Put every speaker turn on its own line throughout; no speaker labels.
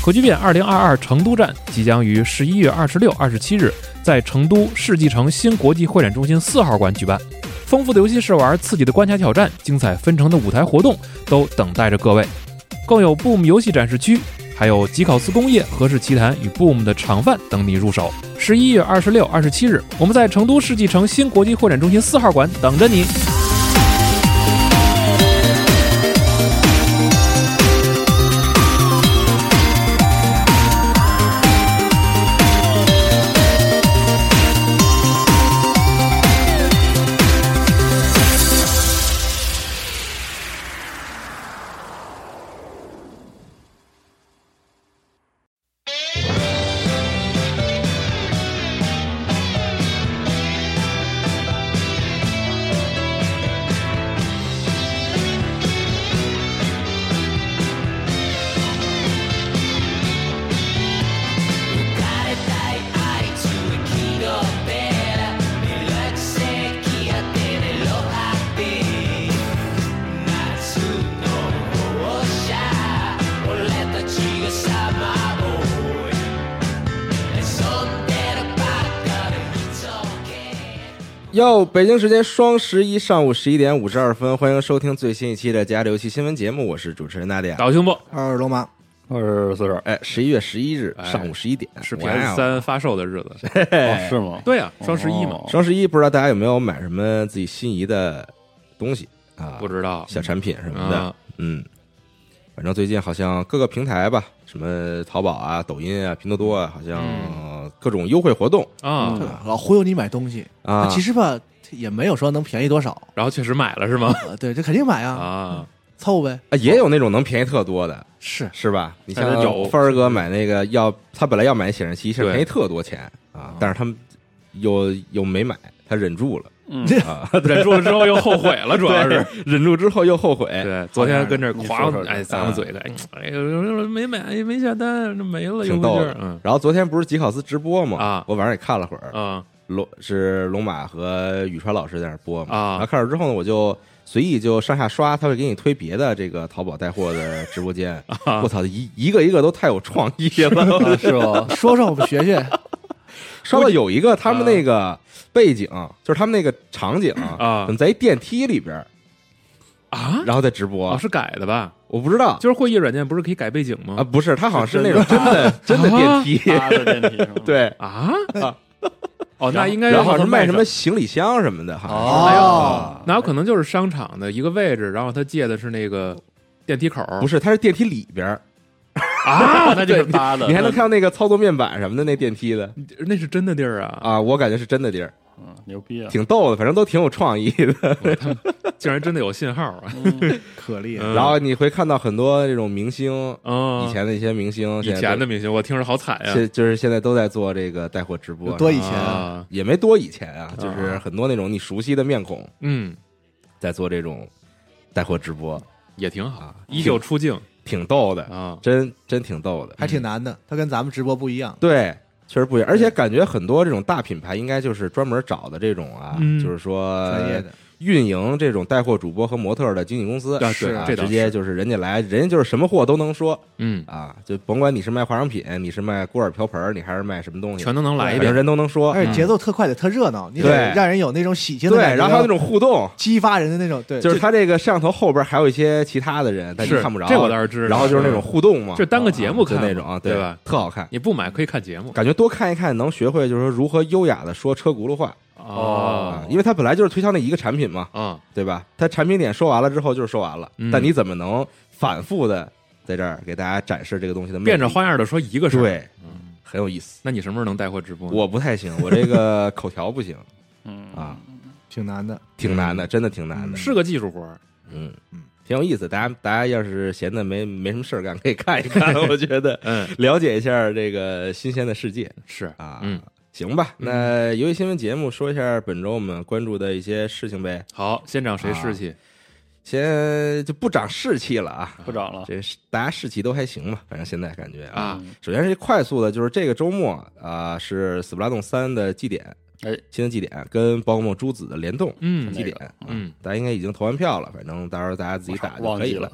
核聚变2022成都站即将于11月26、27日在成都世纪城新国际会展中心4号馆举办。丰富的游戏试玩、刺激的关卡挑战、精彩纷呈的舞台活动都等待着各位。更有 Boom 游戏展示区，还有吉考斯工业、和氏奇谈与 Boom 的厂饭等你入手。十一月二十六、二十七日，我们在成都世纪城新国际会展中心四号馆等着你。
哟，北京时间双十一上午十一点五十二分，欢迎收听最新一期的《加里游戏新闻节目》，我是主持人娜迪亚。
导兄不
二龙马，
二十四十
哎，十一月十一日
哎
上午十一点，
是
哇哦
PS 三发售的日子，
哦，是吗？
对呀、啊双十一嘛，
哦
双十哎一不知道大家有没有买什么自己心仪的东西啊？
不知道
小产品什么的，
啊，
嗯，反正最近好像各个平台吧，什么淘宝啊、抖音啊、拼多多啊，好像
嗯
呃各种优惠活动
啊，
对吧嗯老忽悠你买东西，
啊。
其实吧也没有说能便宜多少，
然后确实买了是吗？
呃对，这肯定买啊，
啊，
凑呗，
啊也有那种能便宜特多的，
是
是吧？你
但
像
是有
分儿哥买那个要，他本来要买显示器，是
对
便宜特多钱啊，但是他们又又没买，他忍住了
嗯
啊，
忍住了之后又后悔了，主要是。
对忍住之后又后悔，
对，昨天跟这儿
你
狂
说说
哎咂巴嘴的，哎哎呦没买没下单，这没了，
挺
有
逗
劲儿
的。
嗯
然后昨天不是吉考斯直播嘛？
啊
我晚上也看了会儿，
啊
龙是龙马和宇川老师在那儿播嘛。
啊
然后看了之后呢，我就随意就上下刷，他会给你推别的这个淘宝带货的直 播间。
啊
我操，一一个一个都太有创意了。
啊是吗？
说说我们 学学，
刷到有一个他们那个背景，就是他们那个场景
啊
怎么在一电梯里边儿，
啊！
然后在直播
哦，？是改的吧？
我不知道
就是会议软件不是可以改背景吗
啊，？不是，他好像是那种真的真的电梯，，
搭的电梯是吗
对。
啊
啊
哦，那应该
然后好像
他
是
什
卖什么行李箱什么的，好像是
哦
哎呦
哦
那有可能就是商场的一个位置，然后他借的是那个电梯口，
不
是
是，它是电梯里边儿，
啊？
那就是搭的，
你还能看到那个操作面板什么的，那电梯的
那那是真的地儿啊！
啊，我感觉是真的地儿，
嗯牛逼啊！
挺逗的，反正都挺有创意的。
竟然真的有信号啊！
嗯
可厉害，
嗯
然后你会看到很多这种明星，
嗯，
以前的一些明星，
以
现在
前
都
的明星，我听着好惨呀！
现就是现在都在做这个带货直播，
有多以前啊，
啊，
也没多以前啊，就是很多那种你熟悉的面孔
嗯，
在做这种带货直播，
也挺好
啊，
依旧出镜
挺逗的，
啊，
真真挺逗的，
还挺难的，它跟咱们直播不一样，
对。确实不一样，而且感觉很多这种大品牌应该就是专门找的这种啊，
嗯
就是说
专业的
运营这种带货主播和模特儿的经纪公司，
啊
是
是
啊
这倒
直接
是
就是人家来，人家就是什么货都能说
嗯，
啊，就甭管你是卖化妆品，你是卖锅碗瓢盆儿，你还是卖什么东西，
全都能来一
反正
遍。哎
人都能说。
而且节奏特快，得特热闹，你
嗯对
得让人有那种喜庆的
对，
感觉，
然后还有那种互动，
激发人的那种，对，
就是他这个摄像头后边还有一些其他的人，但你
是
看不着，
这我倒是知道嗯
然后就是那种互动嘛，
啊
啊
就当个节目
就
看
那种，
对
对
吧？
特好看，
你不买可以看节目
感觉多看一看能学会，就是说如何优雅的说车轱辘话
哦
啊，因为它本来就是推销那一个产品嘛，
啊，
对吧？它产品点说完了之后就是说完了，
嗯
但你怎么能反复的在这儿给大家展示这个东西的魅力
变着花样的说一个事儿。
对，
嗯，
很有意思。
那你什么时候能带货直播呢？
我不太行，我这个口条不行，
嗯
啊，
挺难的，
挺难的，真的挺难的。
是个技术活儿，
嗯
嗯，
挺有意思。大家大家要是闲的没没什么事儿干，可以看一看，我觉得
嗯，
了解一下这个新鲜的世界
是
啊。
嗯，
行吧。那游戏新闻节目说一下本周我们关注的一些事情呗。
好，先长谁士气？
先就不长士气了啊，
不涨了
这是大家士气都还行吧，反正现在感觉啊。
啊，
首先是快速的，就是这个周末啊、是《斯普拉洞三》的祭典，
哎，
新的祭典跟《宝可梦朱子》的联动
嗯
祭典，
嗯，
大家应该已经投完票了，反正到时候大家自己打就
忘
可以
记
了。
了。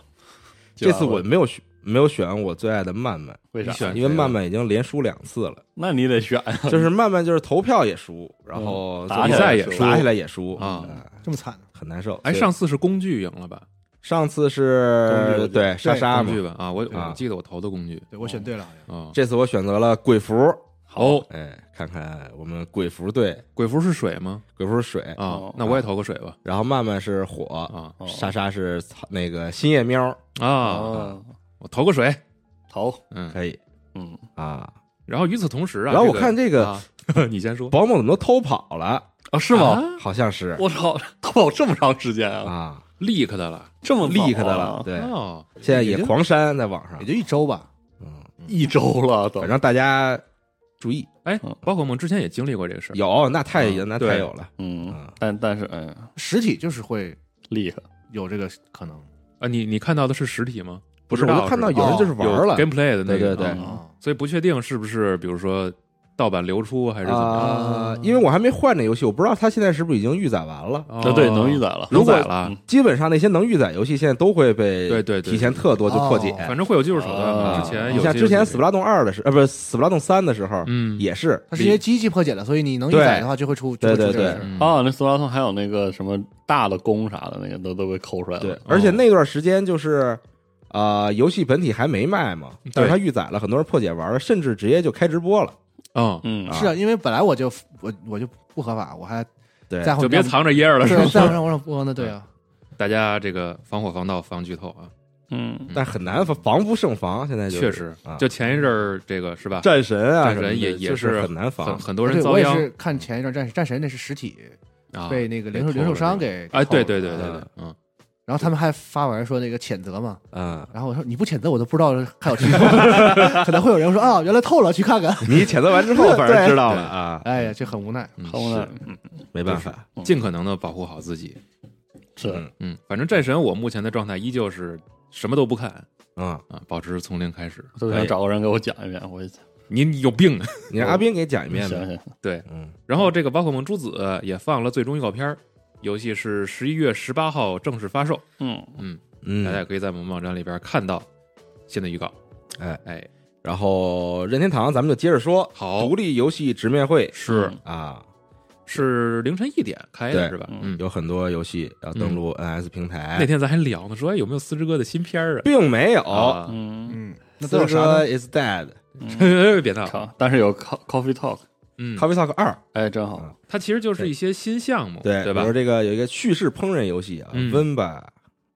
这次我没有学没有选我最爱的曼曼，
为啥？
选啊
因为曼曼已经连输两次了，
那你得选 啊，
就是曼曼就是投票也输，然后
打
嗯起来也输
打起来也输
啊，
嗯
这么惨，
很难受。
哎，
对
上次是工具赢了吧？
上次
工具
是
我记得
对莎莎
工
嘛
具，吧，啊，我我
啊
记得我投的工具
对我选对了，好
哦
像
啊。
这次我选择了鬼服，
好，
哎，看看我们鬼服队，
鬼符是水吗？
鬼服是水，
啊
哦，
那我也投个水吧。
然后曼曼是火，
啊
哦
莎莎是草那个新叶喵，
啊，
哦
我投个水。
投，
嗯，
可以
嗯，
啊。
然后与此同时啊，
然后我
这个
看这个
啊你先说。
保姆怎么都偷跑了，
啊，是
啊
吗？
好像是
我操，投保这么长时间啊，
啊，
立刻的了，
这么早啊
leak 的了，，对，
哦，
现在也狂删在网上
也，就一周吧。
嗯，
一周了都
反。正大家注意，
哎
嗯，
宝可梦之前也经历过这个事儿，
有那太
嗯
那
对
太有了，
嗯
嗯，
但但是嗯，
实体就是会
厉害，
有这个可能
啊，你你看到的是实体吗？
不
知
是，
道
我
吧哦
就看到有人就是玩
有
了
gameplay 的那个，
对对
啊
对
啊，
所以不确定是不是，比如说盗版流出还是怎么样？
啊，因为我还没换这游戏，我不知道它现在是不是已经预载完了。
哦
那啊对能预载了，
能
如
载
果
了，
嗯
基本上那些能预载游戏现在都会被
对对对
提前特多就破解
哦。
反正会有技术手段嘛。
啊
之前
你
有
像
些
之前
游
《
戏
死不拉洞二》的时，呃，不是《死不拉洞三》的时候，
嗯
也是
它是因为机器破解了，所以你能预
对
载的话就会出，就
对
会出
对
这个
对
事儿
嗯
啊，那斯拉通还有那个什么大的弓啥的，那个都都被抠出
嗯
来了。
对，而且
哦
那段时间就是，呃，游戏本体还没卖嘛，但是它预载了，很多人破解玩了，甚至直接就开直播了。
嗯，
嗯，
是啊，因为本来我就我我就不合法，我还
对，
在乎
就别藏着掖着了，是
对，
吧？
在乎让我让播呢，对啊，
大家这个防火、防盗、防剧透啊，
嗯，
但很难防防不胜防，现在就是
确实
啊，
就前一阵儿这个是吧？
战神啊
战
什么的，
神也也
就是很难
很
防。
很多
对，
人遭
我也
殃
是看前一段战士战神那是实体
啊，
被那个零售
被偷
零售商
了
给
哎，对
偷
对
了
对对对
啊，
嗯，
然后他们还发文说那个谴责嘛，
嗯，
然后我说你不谴责我都不知道还有剧透， 可能会有人说啊原来透了去看看，
你谴责完之后，反正
对
知道了啊，
哎呀这很无奈，
抠呢
没办法，
尽可能的保护好自己。
是
嗯
嗯，反正战神我目前的状态依旧是什么都不看
嗯，
啊，保持从零开始。
我都想找个人给我讲一遍，我想
你你有病！啊
你让阿斌给讲一遍呗。
想，
嗯，
然后这个《宝可梦朱子》也放了最终预告片儿，游戏是十一月十八号正式发售，
嗯，
嗯，
大家也可以在我们网站里边看到新的预告。
哎
哎，
然后任天堂，咱们就接着说，
好
独立游戏直面会
是
嗯
啊，
是凌晨一点开的
对
是吧？
嗯
嗯，
有很多游戏要登录 NS
那
平台，
天咱还聊呢，说哎有没有四之歌的新片儿
并没有。
啊？嗯啊，
嗯，
嗯，
那
那都
都
有
是
啥呢？
说 is dead，
别闹，
靠，但是有 co- coffee talk，
嗯，
咖啡 talk 二，
哎，真好，
嗯
它其实就是一些新项目，
对
对
比
吧
如？这个有一个叙事烹饪游戏啊
嗯
温吧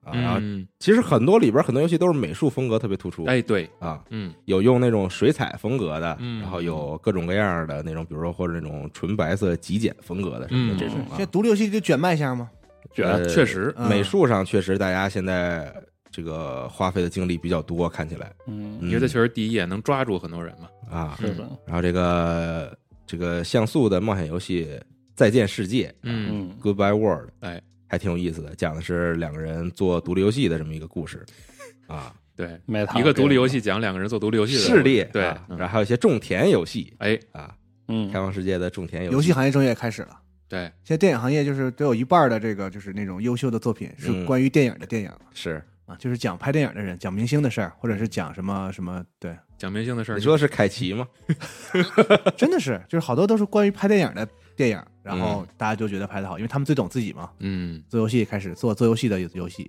啊，然后
嗯，
其实很多里边很多游戏都是美术风格特别突出，
哎，对，
啊，
嗯，
有用那种水彩风格的，
嗯
然后有各种各样的那种，比如说或者那种纯白色极简风格的什
嗯
么的这种啊
现在。独立游戏就卷卖相嘛，
卷
呃
确实，
嗯
美术上确实大家现在这个花费的精力比较多，看起来，
嗯，
嗯
因为它确实第一也能抓住很多人嘛。
啊，
是的，
然后这个这个像素的冒险游戏《再见世界》
嗯，
嗯，
Goodbye World，
哎，
还挺有意思的，讲的是两个人做独立游戏的这么一个故事，啊，
对，
没他
一个独立游戏，讲两个人做独立游戏的
势力
对
啊，
嗯
然后还有一些种田游戏
哎，
啊，
嗯
开，放世界的种田
游
戏
戏，行业终于也开始了。
对，
现在电影行业就是都有一半的这个就是那种优秀的作品是
嗯
关于电影的电影
是
啊，就是讲拍电影的人，讲明星的事儿，或者是讲什么什么，对，
讲明星的事儿，
你说的是凯奇吗？
真的是就是好多都是关于拍电影的电影，然后大家就觉得拍的好，因为他们最懂自己嘛。
嗯，
做游戏开始做做游戏的游戏，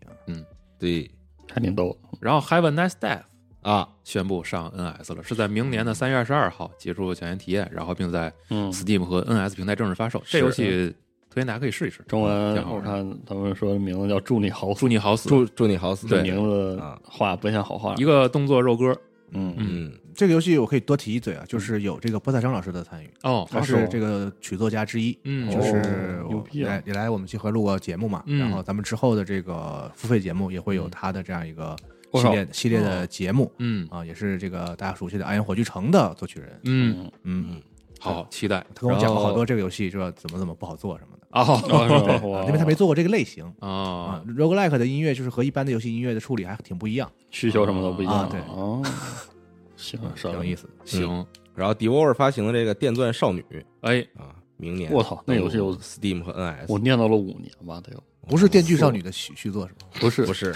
对
还挺逗，
然后 Have a Nice Day
啊，
宣布上 NS 了，是在明年的三月二十二号结束抢先体验，然后并在
嗯，
Steam 和 NS 平台正式发售。这
是
游戏推荐大家可以试一试，
中
挺
文
好
我
玩的。
看他们说名字叫“祝你好
祝
死
你好”，死，
祝祝你好死，
这名字
啊
话不像好话
一，个动作肉鸽
嗯
嗯
这个游戏我可以多提一嘴啊，就是有这个波塞章老师的参与，
哦，
他
是
是
吗
这个曲作家之一，
嗯
就是
哦
我
牛逼啊
来也来我们集合录过节目嘛，
嗯
然后咱们之后的这个付费节目也会有他的这样一个
我
系
操
列系列的节目
嗯
啊，也是这个大家熟悉的《暗影火炬城》的作曲人，
嗯，
嗯，
好期待
他跟我讲过
然后
好多这个游戏说怎么怎么不好做什么的，
哦
啊
哦
因为他没做过这个类型啊
哦，
，roguelike 的音乐就是和一般的游戏音乐的处理还挺不一样，
需求什么都不一
啊
样，
对
哦， 行，
挺有
上
意
意
思的。
行，
然后 Devolver 发行的这个《电钻少女
哎，》
啊，明年
我操那游戏我
Steam 和 NS
我念叨了五年吧，得有，哦
不是《电锯少女》的续续作是吗？
不是
不是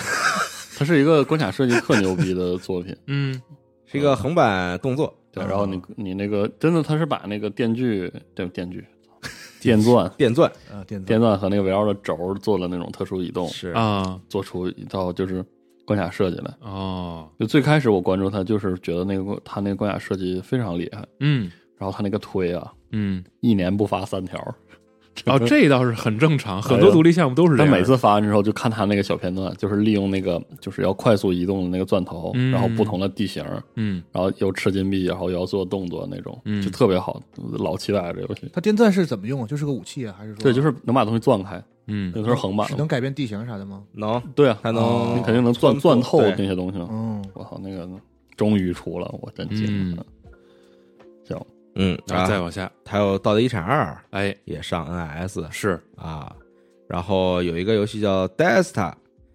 它是一个关卡设计特牛逼的作 品。
嗯
是一个横版动作，
对，然后你你那个真的，它是把那个电锯，对电 锯，电钻、
电钻
呃，电
电
钻
钻和那个围绕的轴做了那种特殊移动，
是
啊
做出一套就是关卡设计来。
哦
就最开始我关注它，就是觉得那个它那个关卡设计非常厉害，
嗯
然后它那个推啊，
嗯
一年不发三条，
哦，这倒是很正常，很多独立项目都是这
但
样。
哎每次发完之后，就看他那个小片段，就是利用那个就是要快速移动的那个钻头，
嗯
然后不同的地形，
嗯
然后又吃金币，然后又要做动作那种，
嗯
就特别好，老期待了这游戏。
它电钻是怎么用啊？就是个武器啊，还是说
对，就是能把东西钻开，
嗯
有时候横版
是能改变地形啥的吗？
能
对啊，
还能
你肯定能钻
哦钻
钻
破
透
对
那些东西嘛。
嗯，
我操，那个终于出了，我真惊了。行，
嗯，
然后再
啊，
往下，
还有《盗贼遗产二
哎》
也上 NS
是
啊，然后有一个游戏叫《Desta》，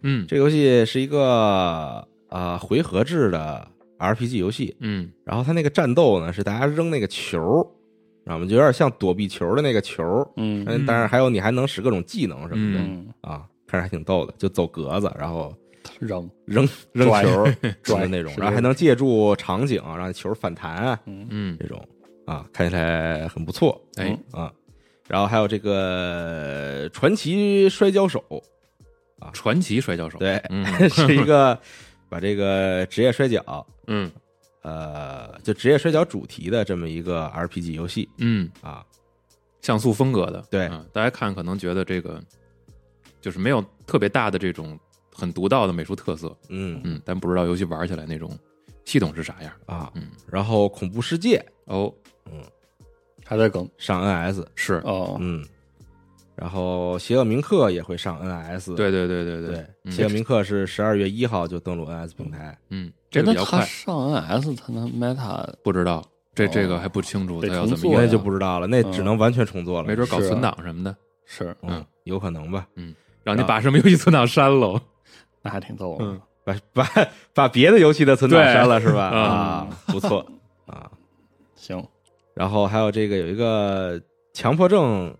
嗯
这个游戏是一个呃回合制的 RPG 游戏，
嗯
然后它那个战斗呢是大家扔那个球儿，然后就有点像躲避球的那个球儿，
嗯
嗯，但是还有你还能使各种技能什么的、
嗯
嗯，
啊，看着还挺逗的，就走格子，然后
扔，
扔扔
拽
球儿 什
拽
么那种，
是
然后还能借助场景让球儿反弹啊
嗯
嗯
这种啊，看起来很不错
哎
啊。然后还有这个传奇摔跤手，
传奇摔跤手
对，
嗯
是一个把这个职业摔跤，
嗯
呃，就职业摔跤主题的这么一个 RPG 游戏
嗯
啊，
像素风格的
对
嗯大家看可能觉得这个就是没有特别大的这种很独到的美术特色，
嗯
嗯，但不知道游戏玩起来那种系统是啥样。
啊
嗯，
然后恐怖世界
哦，
还在更
上 NS，
是，
哦，
嗯，然后邪恶铭刻也会上 NS，
对对对对
对，
嗯
邪恶铭刻是十二月一号就登陆 NS 平台，
嗯，
哎
这个
那
比较
他
快，
上 NS，他能 Meta
不知道这
哦
这个还不清楚
得
它要怎么
重做
样，
呀
那就不知道了，那只能完全重做了，
啊嗯没准搞
是啊
存档什么的，
是，
嗯
嗯，
有可能吧，
让你
啊
把什么游戏存档删喽。
那还挺逗的。
嗯
把把把别的游戏的存档
对
删了是吧？
嗯
啊，不错啊，
行，
然后还有这个有一个强迫症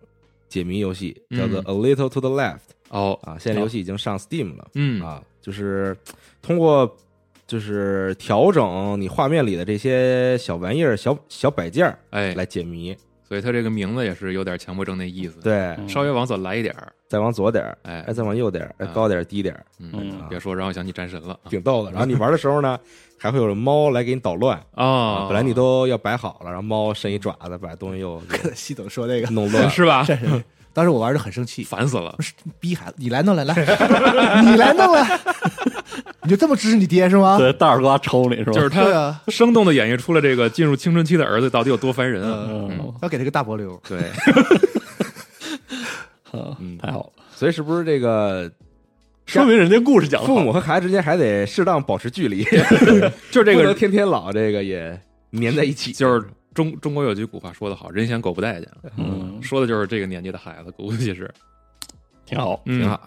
解谜游戏
嗯
叫做 A Little to the Left
哦，
啊，现在游戏已经上 Steam 了
嗯
啊，就是通过就是调整你画面里的这些小玩意儿、小小摆件儿
哎，
来解谜。
所以它这个名字也是有点强迫症那意思，，
对，
嗯
稍微往左来一点儿，
再往左点儿，
哎
哎，再往右点儿，哎，
嗯
高点儿、低点儿，
嗯
嗯，
别说，然后想起战神了啊
挺逗的。然后你玩的时候呢，还会有猫来给你捣乱。
哦，。
啊本来你都要摆好了，然后猫伸一爪子把东西又 给
系统说那个，
弄乱
是 吧？
当时我玩的很生气，
烦死了
不，是逼孩子，你来弄来来，你来弄来， 你就这么支持你爹是吗？
对，大耳刮抽你是吧？
就是
对
他
啊，
生动的演绎出了这个进入青春期的儿子到底有多烦人啊！
嗯，
要给他个大波溜，
对，
好
嗯
太好了，
所以是不是这 个
说明人家故事讲的
父母和孩子之间还得适当保持 距离，
就这
不能
个，
天天老这个也粘在一起。
就是中中国有句古话说得好，“人嫌狗不待见”，
嗯
说的就是这个年纪的孩子，估计是
挺好，
挺
挺。
好，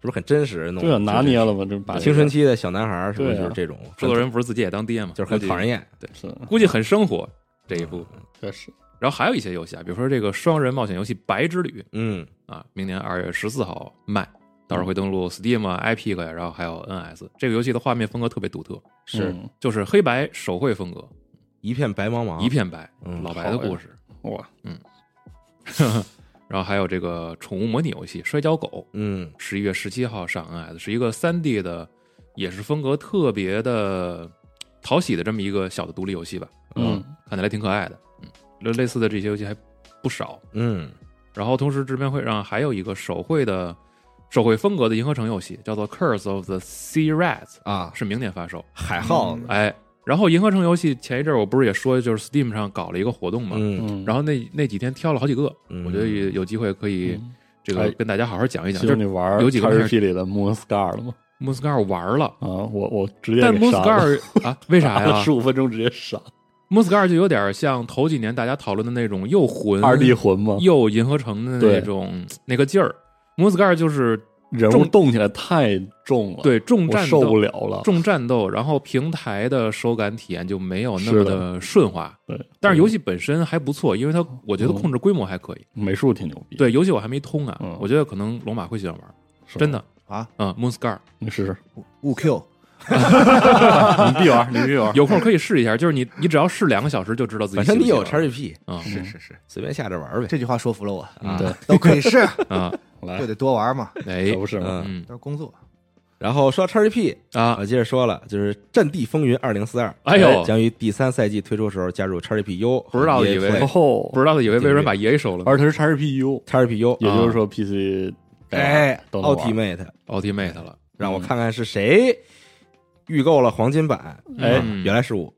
是不是很真实？弄
这个拿
啊
捏了吧？这把
青春期的小男孩是不是
对啊
就是这种？
制作人不是自己也当爹嘛，
就是很讨人厌。嗯
是
估计，估计很生活这一部分。
确实
然后还有一些游戏啊，比如说这个双人冒险游戏《白之旅
嗯》
啊，明年二月十四号卖，到时候会登录 Steam 啊、Epic 呀、然后还有 NS。这个游戏的画面风格特别独特，
是
嗯
就是黑白手绘风格，
一片白茫茫，
一片白，
嗯
老白的故事。
哇，
然后还有这个宠物模拟游戏《摔跤狗》，
嗯
十一月十七号上 NS，是一个三 D 的，也是风格特别的讨喜的这么一个小的独立游戏吧。
嗯，
看起来挺可爱的。嗯，类类似的这些游戏还不少。
嗯
然后同时制片会上还有一个手绘的手绘风格的银河城游戏，叫做《Curse of the Sea Rats》，
啊，
是明年发售。
海
嗯
耗子，
哎，然后银河城游戏前一阵儿我不是也说，就是 Steam 上搞了一个活动嘛，
嗯
嗯，
然后那那几天挑了好几个，
嗯
我觉得有有机会可以
嗯
这个
哎
跟大家好好讲一讲。
记
就
得
是
你玩
有几个片儿
RPG 里的 Moon Scar 了吗？
m o s c a r 玩了，
啊，我我直接
但 m o s
给删
c a
了，
r 啊，为啥呀
十五分钟直接删
m o s c a r 就有点像头几年大家讨论的那种又魂
二 D 魂嘛，
又银河城的那
对
种那个劲儿。m o s c a r 就是
人物动起来太重了，，
对重
我
战
受
斗
不了了。
重战斗，然后平台的手感体验就没有那么
是
的
的
顺滑。
对，
但是游戏本身还不错，因为它我觉得
嗯
控制规模还可以。
美术挺牛逼，，
对，游戏我还没通啊
嗯，
我觉得可能龙马会喜欢玩，真的
啊。
嗯，Moon Scar
你试试。
五 Q
你必玩，你必玩。
有空可以试一下，就是你你只要试两个小时就知道自己
反
喜
正
不
你
喜欢
有 XGP，
啊
嗯
是是是，随便下着玩呗。
这句话说服了我，
啊
对，
都可以试，
啊，
来呃
就，得多玩嘛，
哎
可，不是吗？
嗯
都是工作。
然后说到 XGP
啊，
啊，接着说了，就是《战地风云二零四二》，
哎呦
将于第三赛季推出时候加入 XGPU，
不知道以为
然后
不知道的以为微软把 EA 收了呢
而且它是 XGPU，
XGPU
也就是说 PC
哎
都能玩
Ultimate，
，Ultimate 了，
让我看看是谁预购了黄金版，
哎
嗯
原来是我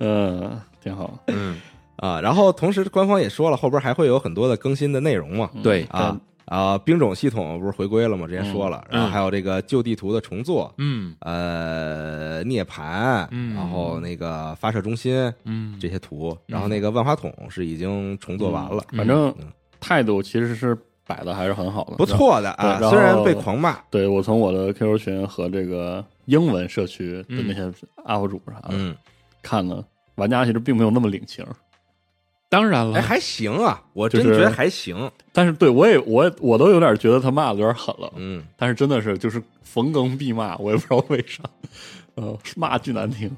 嗯，挺好。
嗯，
啊。然后同时官方也说了，后边还会有很多的更新的内容嘛，
嗯
对
啊啊，兵种系统不是回归了吗？之前说了，
嗯
然后还有这个旧地图的重做，
嗯
呃，涅槃，
嗯
然后那个发射中心
嗯，
这些图，然后那个万花筒是已经重做完了，
嗯反正
嗯
态度其实是摆的还是很好的，
不。错的啊，
对然后
虽然被狂骂，
对我从我的 QQ 群和这个英文社区的那些 UP 主啥的
嗯，
看了，玩家其实并没有那么领情。
当然
哎，
了，
还行啊，我真
就是
觉得还行，
但是对我也我也我都有点觉得他骂的有点狠了，
嗯，
但是真的是就是逢更必骂，我也不知道为啥， 呃，骂巨难听。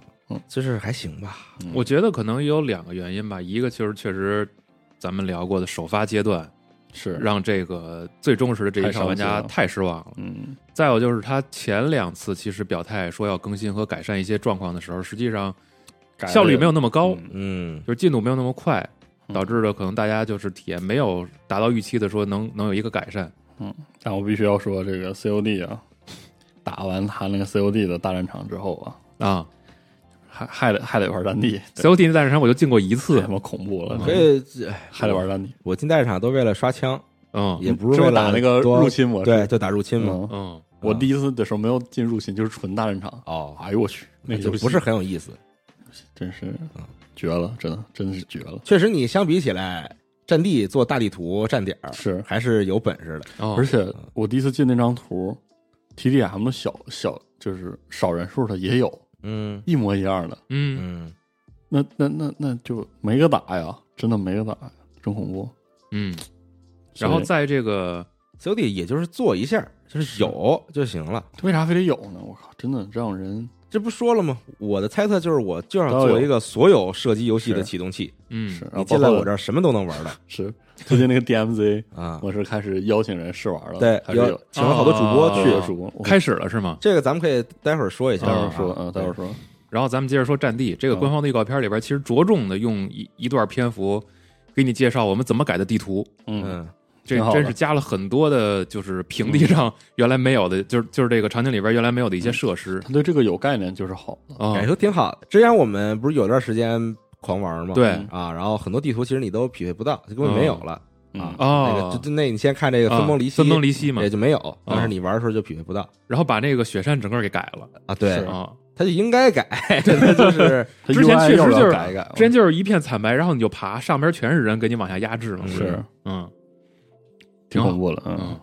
就是还行吧，
我觉得可能有两个原因吧，一个就是确实咱们聊过的首发阶段
是
让这个最忠实的这一票玩家太失望了，
嗯
再有就是他前两次其实表态说要更新和改善一些状况的时候，实际上
改
效率
了
没有那么高，
嗯
嗯，
就是进度没有那么快，
嗯
导致的可能大家就是体验没有达到预期的，说能能有一个改善。
但我必须要说这个 COD 啊，打完他那个 COD 的大战场之后啊，
啊
还还得还得玩战地，
，COD 大战场我就进过一
太
次
哎
他，妈恐怖了，
所以哎
还得玩战地，
我进代战场都为了刷枪，
嗯
也不是
吧？
为了
打那个
多
入侵模式，
对，就打入侵嘛。啊
嗯，
嗯，
我第一次的时候没有进入侵，就是纯大战场。
哦，
哎呦我去，那个
就
游戏
不是很有意思。
真是绝了，真的真的是绝了，
确实，你相比起来，战地做大地图站点儿
是。
还是有本事的。
哦
而且我第一次进那张图，TDM 的小小就是少人数的也有
嗯
一模一样的，
嗯
嗯，
那那那那就没个打呀，真的没个打呀，真恐怖。
嗯，然后在这个
COD 也就是做一下，就是有就行了。
为啥非得有呢？我靠，真的让人
这不说了吗？我的猜测就是，我就想
都有
做一个所有射击游戏的
是
启动器。
嗯
是，然
你
后
进
包
来
括
我这儿什么都能玩的
是 最近那个 DMZ
啊！
我是开始邀请人试玩了，
对，
还是
有
有
请了好多主播
啊
对有
去。
主播我
开始了是吗？
这个咱们可以待会儿说一下
待会
啊。
儿说，嗯，待会儿说，
然后咱们接着说《战地》这个
嗯
官方的预告片里边，其实着重的用一一段篇幅给你介绍我们怎么改的地图，
嗯，
嗯，
这
挺好的
真是加了很多的，就是平地上原来没有的，就是就是这个场景里边原来没有的一些设施
他对这个有概念就是好的，
啊
感。觉嗯哎挺好的。之前我们不是有段时间狂玩吗？
对
啊，然后很多地图其实你都匹配不到，就根本没有了啊
嗯。
哦
那个就就那你先看这个分崩离
啊
析，
分崩离析嘛
也，就没
哦
有，但是你玩的时候就匹配不到
然后把那个雪山整个给改了
啊。对
是，
啊。
他就应该改， 他就是
它
之前
UI
确实
要不要
就是
改啊一改，
之前就是一片惨白，然后你就爬，上边全是人给你往下压制嘛。
嗯
是
嗯，挺
挺嗯
好
恐怖了，
嗯
嗯，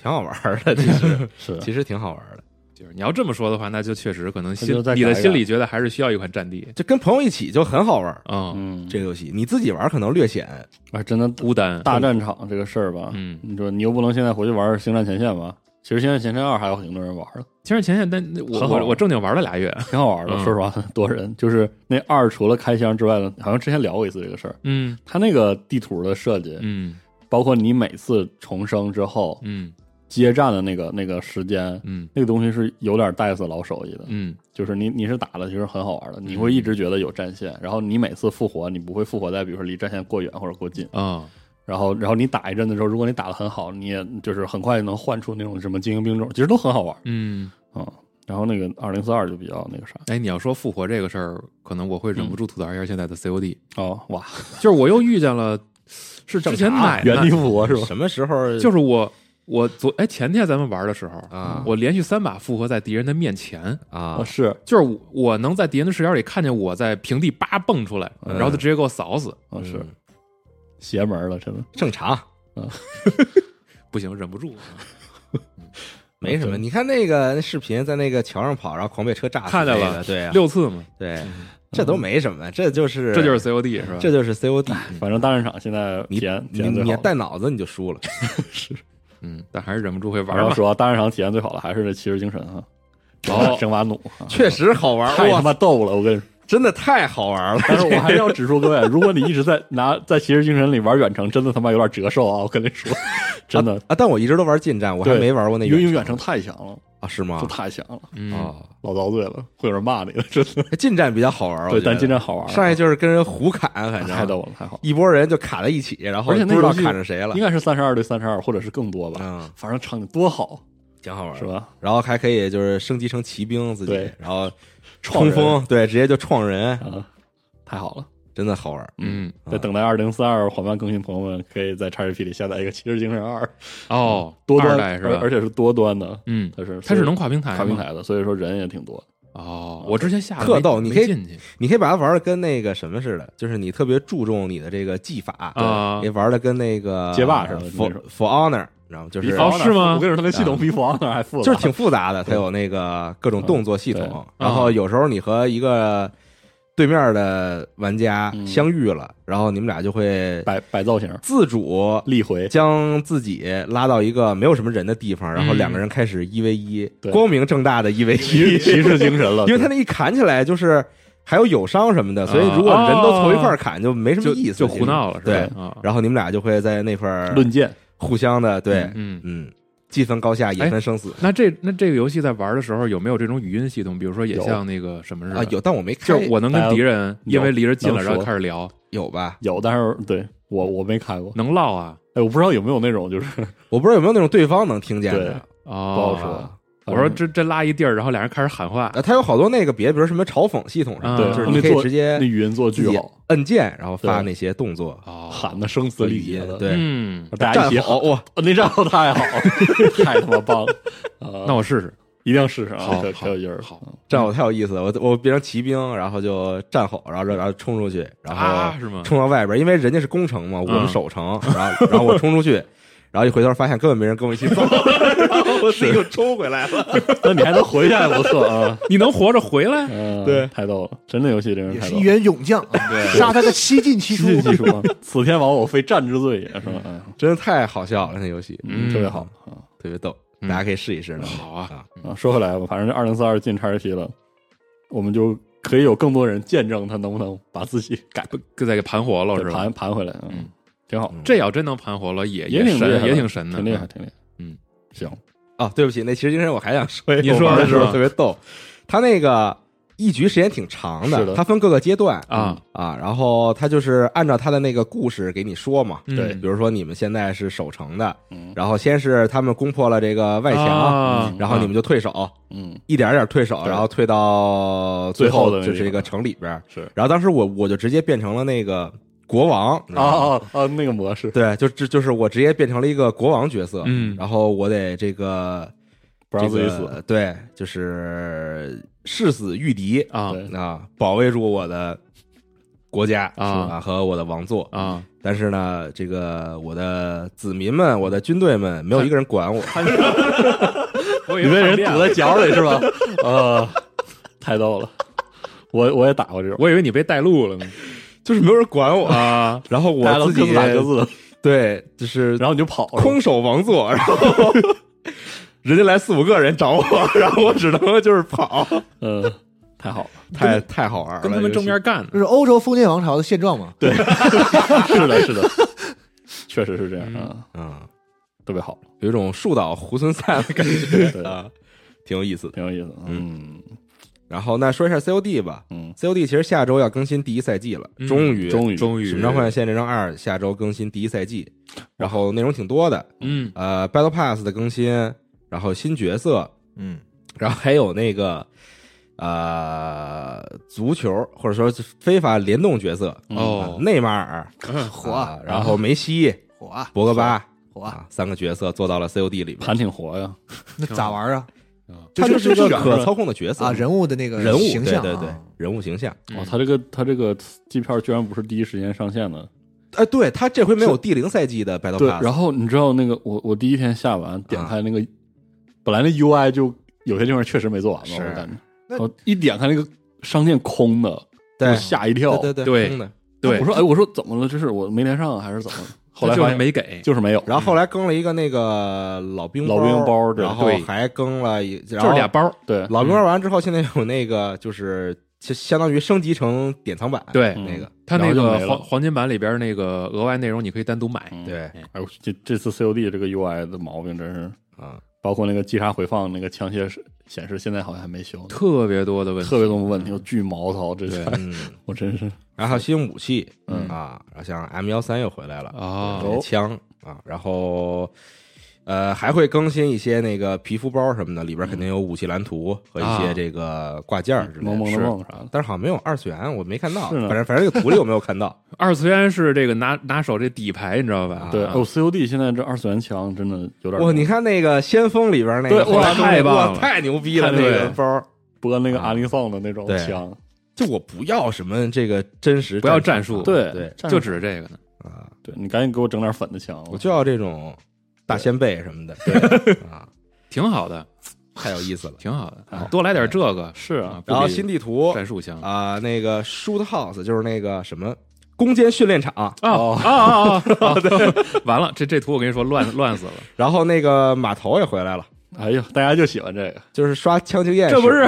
挺好玩的，其 实
是
其实挺好玩的。
就是你要这么说的话，那就确实可能心
那就再改
你的
一改
心里觉得还是需要一款战地
就跟朋友一起就很好玩儿，
啊，
嗯，
这个游戏你自己玩可能略显，
啊，真的
孤单
大战场这个事儿吧，
嗯，
你说你又不能现在回去玩《星战前线》吧？其实《星战前线二》还有挺多人玩 的，
其实前线，但我
很好玩
我我正经玩了俩 月，
挺好玩的。
嗯
说实话，很多人就是那二除了开箱之外呢，好像之前聊过一次这个事儿。
嗯
它那个地图的设计，
嗯
包括你每次重生之后
嗯
接战的那个那个时间，
嗯
那个东西是有点带死老手艺的。
嗯
就是你你是打的，其实很好玩
嗯
的，你会一直觉得有战线，然后你每次复活，你不会复活在比如说离战线过远或者过近。
啊
然后然后你打一阵的时候，如果你打的很好，你也就是很快能换出那种什么精英兵种，其实都很好玩。
嗯，
嗯，然后那个二零四二就比较那个啥
哎，你要说复活这个事儿，可能我会
嗯
忍不住吐槽一下现在的 COD，
哦，哇，啊
就是我又遇见了，是之前奶
原地
奶，
复活是吧？
什么时候
就是我我昨哎前天咱们玩的时候，
啊
我连续三把复活在敌人的面前，
啊
哦是，
就是我我能在敌人的视角里看见我在平地叭蹦出来，
嗯
然后他直接给我扫死，
啊是
嗯
邪门了，真的
正常，
不行，忍不住，
没什么。
啊对
你看那个那视频在那个桥上跑，然后狂被车炸死
看
那
见
个，
了
对啊
六次嘛，
对，
嗯
这都没什么，这就是
这就是 COD 是吧？
这就是 COD，
反正大战场现在体
嗯你
验体
你
验哎最
你
好
带
的。
脑子你就输了，
嗯，但还是忍不住会玩
然后
嘛，
说大战场体验最好的还是这骑士精神哈，整瓦整瓦弩，啊
确实好玩
太
儿，
他
哇，
妈逗了，我跟你说。
真的太好玩了。
但是我还是要指出各 位，如果你一直在拿在《骑士精神》里玩远程，真的他妈有点折寿啊！我跟你 说，真的，
啊！但我一直都玩近战，我还
对
没玩过那
因为
程
远程太强了，
啊，是吗
就？太强了，
嗯，
啊，
老遭罪了，会有人骂你的，真的。
近战比较好玩儿，我
对，
觉得
但今天好玩，
上来就是跟人胡砍，反
太
正
逗了，太好了。
一拨人就卡在一起，然后
而且那
不知道
游戏
砍着谁了
应，该是三十二对三十二，或者是更多吧。
嗯，
反正场景多好，
挺好玩儿
是？吧？
然后还可以就是升级成骑兵自己
对，
然后
创
冲
人
锋，对，直接就撞人，
啊，太好了！
真的好玩儿。
嗯，
在等待二零三二缓慢更新，朋友们可以在 XGP 里下载一个《骑士精神二》，
嗯
哦，
多
二
端
代是
而
吧？
而且是多端的，
嗯，
它是
它是能跨平台吗，
跨平台的，所以说人也挺多。
哦。我之前下了
特
没
逗你
没
可以
进去
你可以把它玩的跟那个什么似的，就是你特别注重你的这个技法，
啊
你玩的跟那个
街霸似的
，For
那种
For Honor，你知道吗？就是啊
比 For 哦是吗
我跟你说，他那系统比防还复杂，
就是挺复杂的，它有那个各种动作系
对
统，
嗯
然
啊
后有时候你和一个对面的玩家
嗯
相遇了，然后你们俩就会
摆摆造型，
自主
立 回
将自己拉到一个没有什么人的地方，然后
嗯
两个人开始一 v 一
对，
光明正大的一 v
骑
一，
骑士精神了，
因为他那一砍起来就是还有友伤什么的，所以如果人都凑一块儿砍就没什么
啊哦就
意思，
就
其
胡
实
闹了，是
对
吧？啊，
然后你们俩就会在那块儿
论剑，
互相的对，
嗯。哎
嗯，既分高下也分生死
那这那这个游戏在玩的时候有没有这种语音系统？比如说也
有
像那个什么似的
啊，有，但我没开
就是我能跟敌人因为离着近了，
能
然后
说
开始聊，
有吧？
有，但是对我我没开过，
能唠啊
哎，我不知道有没有那种就是
我不知道有没有那种对方能听见
对
的。
哦，
不好说
啊
我说这这拉一地儿，然后俩人开始喊话，
呃，它有好多那个别，比如什么嘲讽系统什么
啊
对，
的，就
他
是你
们
可
做
以直接
那语音做
自
巨
己
好，
按键，然后发
对
那些动作
哦，
喊的声
和
嘶
语
力竭
音
的，，
对，
嗯，
大家一
战
起
吼
吼，
哇，
那战吼太好 了，太他妈棒了，
那
那
我试试，
一定要试试啊，
好
可
好
可有劲儿了，
好
嗯
战吼太有意思了。我我变成骑兵，然后就战吼，然后然后冲出去，然
啊嗯
后
是吗？
冲到外边，因为人家是攻城嘛，我们守城，然后然后我冲出去，然后一回头发现根本没人跟我一起走， 然后我自己又冲回来了。
那你还能回去还不错啊，
你能活着回 来？
嗯，
对
太逗了，真的游戏真是
也
太
是
逗
一
了。
员勇将，啊杀他个七进七
七
出。
进七出， 此天亡我非战之罪也是吧？哎
真的太好笑了，那游戏，
嗯
特别好啊
特别逗，
嗯
大家可以试一试呢。
好啊
啊，
啊！说回来吧，反正二零四二进 XGP 了，我们就可以有更多人见证他能不能把自己改
不给再给盘活了
给
是吧
盘？盘回来，嗯
嗯，
挺好，
这要真能盘活了，也
也挺厉害
神，
的
也挺神的，
挺厉害，挺厉害。
嗯，
行，
啊，对不起，那其实今天我还想说一个，
你说
我玩的时
是
候
吧
特别逗，他那个一局时间挺长
是
的，
的
它分各个阶段
啊
啊，然后他就是按照他的那个故事给你说嘛，
嗯
对
比如说你们现在是守城的，
嗯
然后先是他们攻破了这个外墙，
啊
然后你们就退守，
嗯，
一点儿一点儿退守，
对
然后退到
最后
后
的那
就是
地
这个
方
城里边儿，
是
然后当时我我就直接变成了那个国王，你知
啊
道吗
啊啊，那个模式
对，就这就是我直接变成了一个国王角色，
嗯
然后我得这个
不让自己
这
死，
个对，就是誓死御敌
啊
对
啊，保卫住我的国家
啊
是吧和我的王座。
啊，
但是呢，这个我的子民们、我的军队们，没有一个人管我。
我以
你
为
被人
叛变
堵
了
在脚里是吧？啊，太逗了，我我也打过这种，
我以为你被带路了呢
就是没有人管我，
啊，
然后
大家都
我自
各
己
自打各自的，
对，就是
然后你就跑了，
空手王座，然后 人家来四五个人找我，然后我只能就是跑，
嗯，太好了，
太太好玩了，
跟他们正
游戏
面干呢
这是欧洲封建王朝的现状嘛？
对， 是的，是的，确实是这样，嗯，
嗯。
特别好，
有一种树倒猢狲散的感觉啊，挺有意思的。
挺有意思的，嗯
然后那说一下 COD 吧
嗯，
，COD 其实下周要更新第一赛季了，
嗯
终于
终于
终
《
于
使命召唤：现战争二》下周更新第一赛季，然后内容挺多的，
哦
嗯
呃，Battle Pass 的更新，然后新角色，
嗯，
然后还有那个呃足球或者说是非法联动角色，
哦
啊内马尔
火
啊
啊，
然后梅西、
火啊
博格巴
火啊，
啊三个角色做到了 COD 里面
盘，挺活呀，
那咋玩啊？
它就是一个可
操。
操控的角色
啊，人物的那个
人物
形象啊，
对对对，人物形象。
嗯
哦，他这个他这个机票居然不是第一时间上线的，
哎，对他这回没有第零赛季的 Battle
对。
Pass，
然后你知道那个我我第一天下完点开那个，本来那 UI 就有些地方确实没做完嘛，
是
我感觉，
那
然后一点开那个商店空的，我
对
吓一跳，
对
对
对对，真的
对
我，说哎，我说怎么了？这是我没连上还是怎么？后来
他就
发
是
现
没给，
就是没有，
然后后来更了一个那个老兵
老兵包对
然后
对
还更了一，就
就是俩包儿，
对
老兵包完之后，现在有那个就是就相当于升级成典藏版，
哎
对
那个
他那
然后就
个
没了
黄黄金版里边那个额外内容你可以单独买，
嗯
对
哎呦，这这次 COD 这个 UI 的毛病真是，
啊，
包括那个击杀回放那个枪械是显示，现在好像还没修呢，
特别多的问题，
特别多问题，有巨毛头，这
对
是
嗯，
我真是
然后还有新武器，
嗯
啊，然后像 M 幺三又回来了
啊
对枪啊，然后呃还会更新一些那个皮肤包什么的，里边肯定有武器蓝图和一
啊
些这个挂件儿之类
萌萌的
是
梦啥的，
但是好像没有二次元，我没看到，
是呢
反正反正这个图里我没有看到，
二次元是这个拿拿手这底牌，你知道吧？
啊
对，
啊
哦，COD 现在这二次元墙真的有点
哇，你看那个《先锋》里边那
对
个，
哇
哇，
太棒了
哇太牛逼了
太
那
对
个
了
包儿。
播那个阿里桑的那种
啊对
枪，
就我不要什么这个真实，
不要战术
对
对
战
就
术
指着这个呢。
啊，
对你赶紧给我整点粉的枪，啊
我就要这种大先辈什么的，对啊，
挺好的，
太有意 思了。
挺好的，
啊
多来点这个
是啊
啊，
然后新地图
战术枪
啊，那个 Shoot House 就是那个什么攻坚训练场，
啊
哦
啊啊啊！啊 完了，这这图我跟你说乱乱死了，
然后那个码头也回来了，
哎呦，大家就喜欢这 个，
就是刷枪经验。
这不是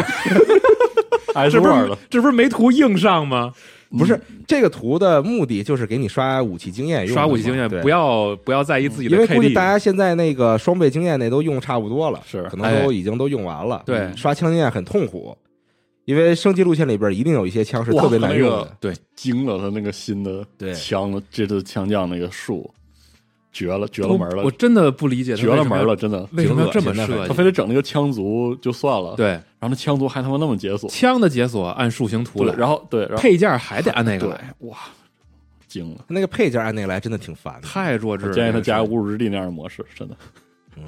还是
这不
玩的嗯
是，这不是没图硬上吗？
不是这个图的目的，就是给你刷武器经验用的嘛，
刷武器经验，
对嗯
不。要不要在意自己的
因为估计
KD，
大家现在那个双倍经验那都用差不多了，
是
可能都已经都用完了。
哎对
刷枪经验很痛苦，因为升级路线里边一定有一些枪是
哇
特别难用
那
的
哦
个。惊了他那个新的
对
枪的，这次枪匠那个术绝了，绝了
我
门了
我，真的不理解他
绝了门了，真的。
为什么要，为什么要这么
挺恶心的
设
他
计？
非得整那个枪族就算了，，
对
然后那枪族还他妈那么解锁，
枪的解锁按树形图
对，
来，
然后对，然后
配件还得按那个
对
来，，
哇，惊了！
他那个配件按那个来真的挺烦的，
太弱智
我
了。
建议他
这个
加
设
《
计
无主之地》那样的模式，真的
嗯，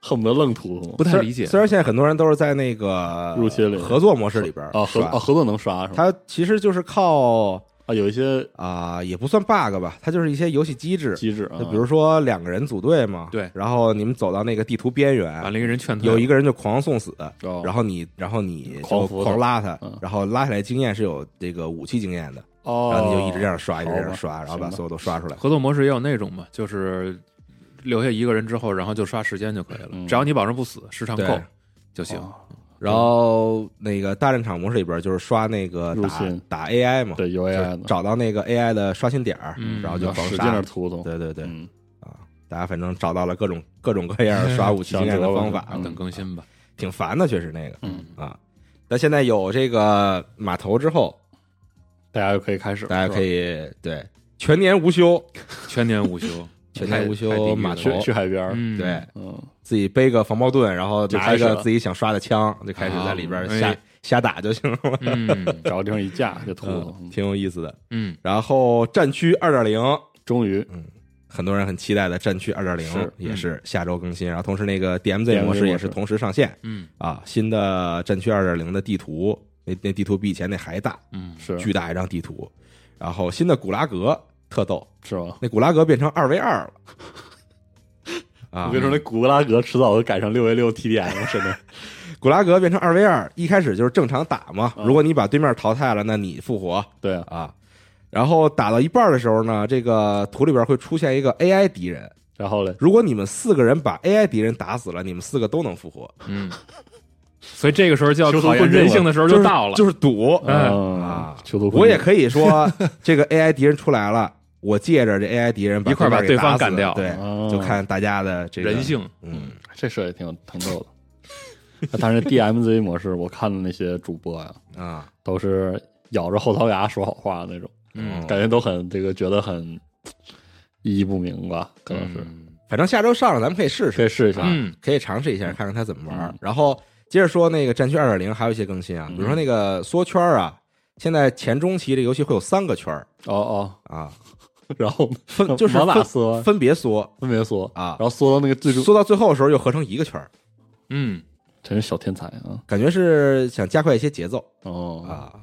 恨不得愣涂涂
不太理解
虽然虽然现在很多人都是在那个
入侵里
合作模式里边
啊，合
刷
啊合作能刷是吗？
它其实就是靠
啊，有一些
啊、也不算 bug 吧，它就是一些游戏机制。
机制啊，
就比如说两个人组队嘛，
对
然后你们走到那个地图边
把
缘，
啊另一个人劝退，
有一个人就狂送死，
哦
然后你，然后你就
狂扶他
狂拉他
嗯，
然后拉起来经验是有这个武器经验的，
哦，
然后你就一直这样刷，一直这
好
样
吧
刷，然后把
行吧
所有都刷出来。
合作模式也有那种嘛，就是留下一个人之后，然后就刷时间就可以了，
嗯
只要你保证不死，时长
对
够就行。
哦
然后那个大战场模式里边就是刷那个
入
打
侵
打 AI 嘛，
对 U A
就是
I 的，
找到那个 AI 的刷新点儿
嗯，
然后
然
就
后
狂
使劲
杀
的。涂涂，
对对对，啊
嗯，
大家反正找到了各种各种各样 刷武器经验的方法
啊，，等更新吧。
挺烦的，确实那个
嗯
啊。但现在有这个码头之后，
大家就可以开始了，
大家可
以
以对全年无休，
全年无休，
全年无休
太太地狱了
码头
去去海边儿，
嗯，
对，
嗯，
自己背个防爆盾，然后
就
拿
开
一
始
个
了
自己想刷的枪，就开始在里边
啊
瞎
哎
瞎打就行了，
嗯
找个地方一架就涂涂
嗯， 挺有意思的。
嗯，
然后战区二点零，
终
嗯
于
很多人很期待的战区二点零
是
也是下周更新，然后同时那个 DMZ
DMZ
模式也
模
是
式
同时上线
嗯
啊，新的战区二点零的地图，那那地图比以前那还大，
嗯，
是
巨大一张地图，然后新的古拉格特逗，
是吧？
那古拉格变成二 v 二了，
我
啊
跟，你说，那古拉格迟早都改成六 A 六 TDM 了，真的。
古拉格变成二 v 二，一开始就是正常打嘛，
嗯
啊
如果你把对面淘汰了，那你复活
对啊，
啊。然后打到一半的时候呢，这个图里边会出现一个 AI 敌人，
然后嘞，
如果你们四个人把 AI 敌人打死了，你们四个都能复活，
嗯。所以这个时候就要
求
考
婚
验人性的时候
就是
到了，
就是赌
嗯
啊
囚徒，
我也可以说，这个 AI 敌人出来了，我借着这 AI 敌人
一块儿把
对
对方干掉
对，
哦
就看大家的这个
人，性
嗯，
这设计挺有挺逗的。那但是 DMZ 模式，我看的那些主播呀、
啊，
都是咬着后槽牙说好话的那种，
嗯
感觉都很这个觉得很意义不明吧？可能是、
嗯
反正下周上了，咱们可以试试
可，以试一下。
嗯
可以尝试一下，看看它怎么玩儿
嗯。
然后接着说那个战区二点零还有一些更新啊，比如说那个缩圈儿啊，现在前中期这游戏会有三个圈儿
哦 哦，
啊，
然后
分就是
往哪
分
缩？
分别缩，
分别缩
啊
嗯然后缩到那个最终，
缩到最后的时候又合成一个圈儿，
嗯，
真是小天才啊！
感觉是想加快一些节奏
哦，
啊，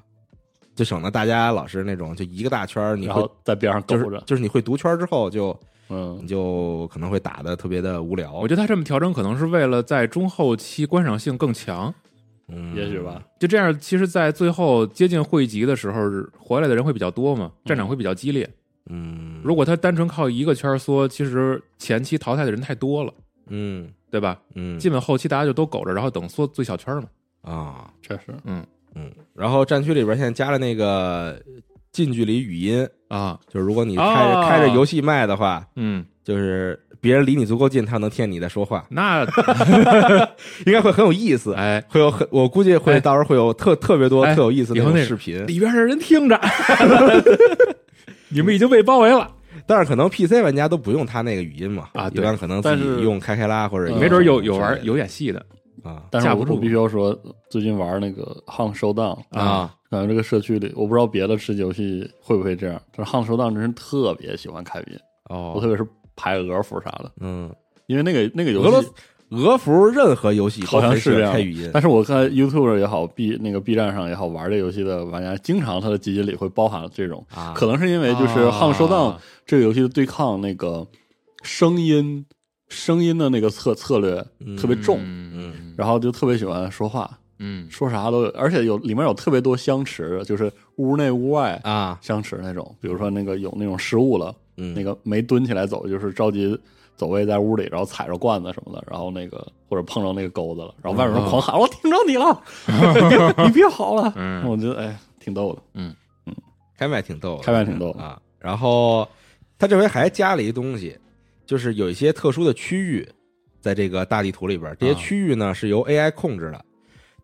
就省得大家老是那种就一个大圈儿，你
然
会
后在边上
就
勾着，
是就是你会读圈儿之后就
嗯
你，就可能会打的特别的无聊
我，觉得他这么调整可能是为了在中后期观赏性更强，
嗯，
也许吧。
就这样，其实，在最后接近汇集的时候，回来的人会比较多嘛，战场会比较激烈，
嗯，
如果他单纯靠一个圈儿缩，其实前期淘汰的人太多了，
嗯
对吧？
嗯
基本后期大家就都苟着，然后等缩最小圈儿嘛。
啊
确实，
嗯，然后战区里边现在加了那个近距离语音，
啊，
就是如果你开着、
啊
开着游戏麦的话，
嗯，
就是别人离你足够近，他能听见你在说话，
那
应该会很有意思。
哎，
会有很，我估计会
哎
到时候会有特特别多
哎
特有意思
以
的那
后
种
那
视频，
里边的人听着， 你们已经被包围了，
但是可能 PC 玩家都不用他那个语音嘛，
啊
一
对
般可能自
但
己
是
用开开拉或者
嗯
没准儿有
用
有
什么
玩
之类
有演戏的
的啊
但是
架
我
不住
我必须要说，最近玩那个《Hunt Showdown》，
啊
感觉这个社区里，我不知道别的吃鸡游戏会不会这样，但是《Hunt Showdown》真是特别喜欢开音，我特
哦，
别是排俄服啥的，
嗯，
因为那个那个游戏
俄罗斯俄服任何游戏都
好像
很
是
喜
这
欢
样
开语音，
但是我看 YouTube 上也好，B 那个 B 站上也好，玩这游戏的玩家，经常他的基因里会包含这种，
啊
可能是因为就是《
啊
Hunt Showdown》这个游戏的对抗那个声音声音的那个策策略
嗯
特别重，
嗯
然后就特别喜欢说话，
嗯
说啥都有，而且有里面有特别多相持的，就是屋内屋外
啊，
相持那种，比如说那个有那种失误了，
嗯，
那个没蹲起来走，就是着急走位在屋里，然后踩着罐子什么的，然后那个或者碰着那个钩子了，然后外面人狂喊：“我听着你了， 你别你别跑了！”
嗯
我觉得哎，挺逗的，
开麦挺逗的，
开麦挺逗的
啊。然后他这回还加了一东西，就是有一些特殊的区域，在这个大地图里边，这些
啊
区域呢是由 AI 控制的。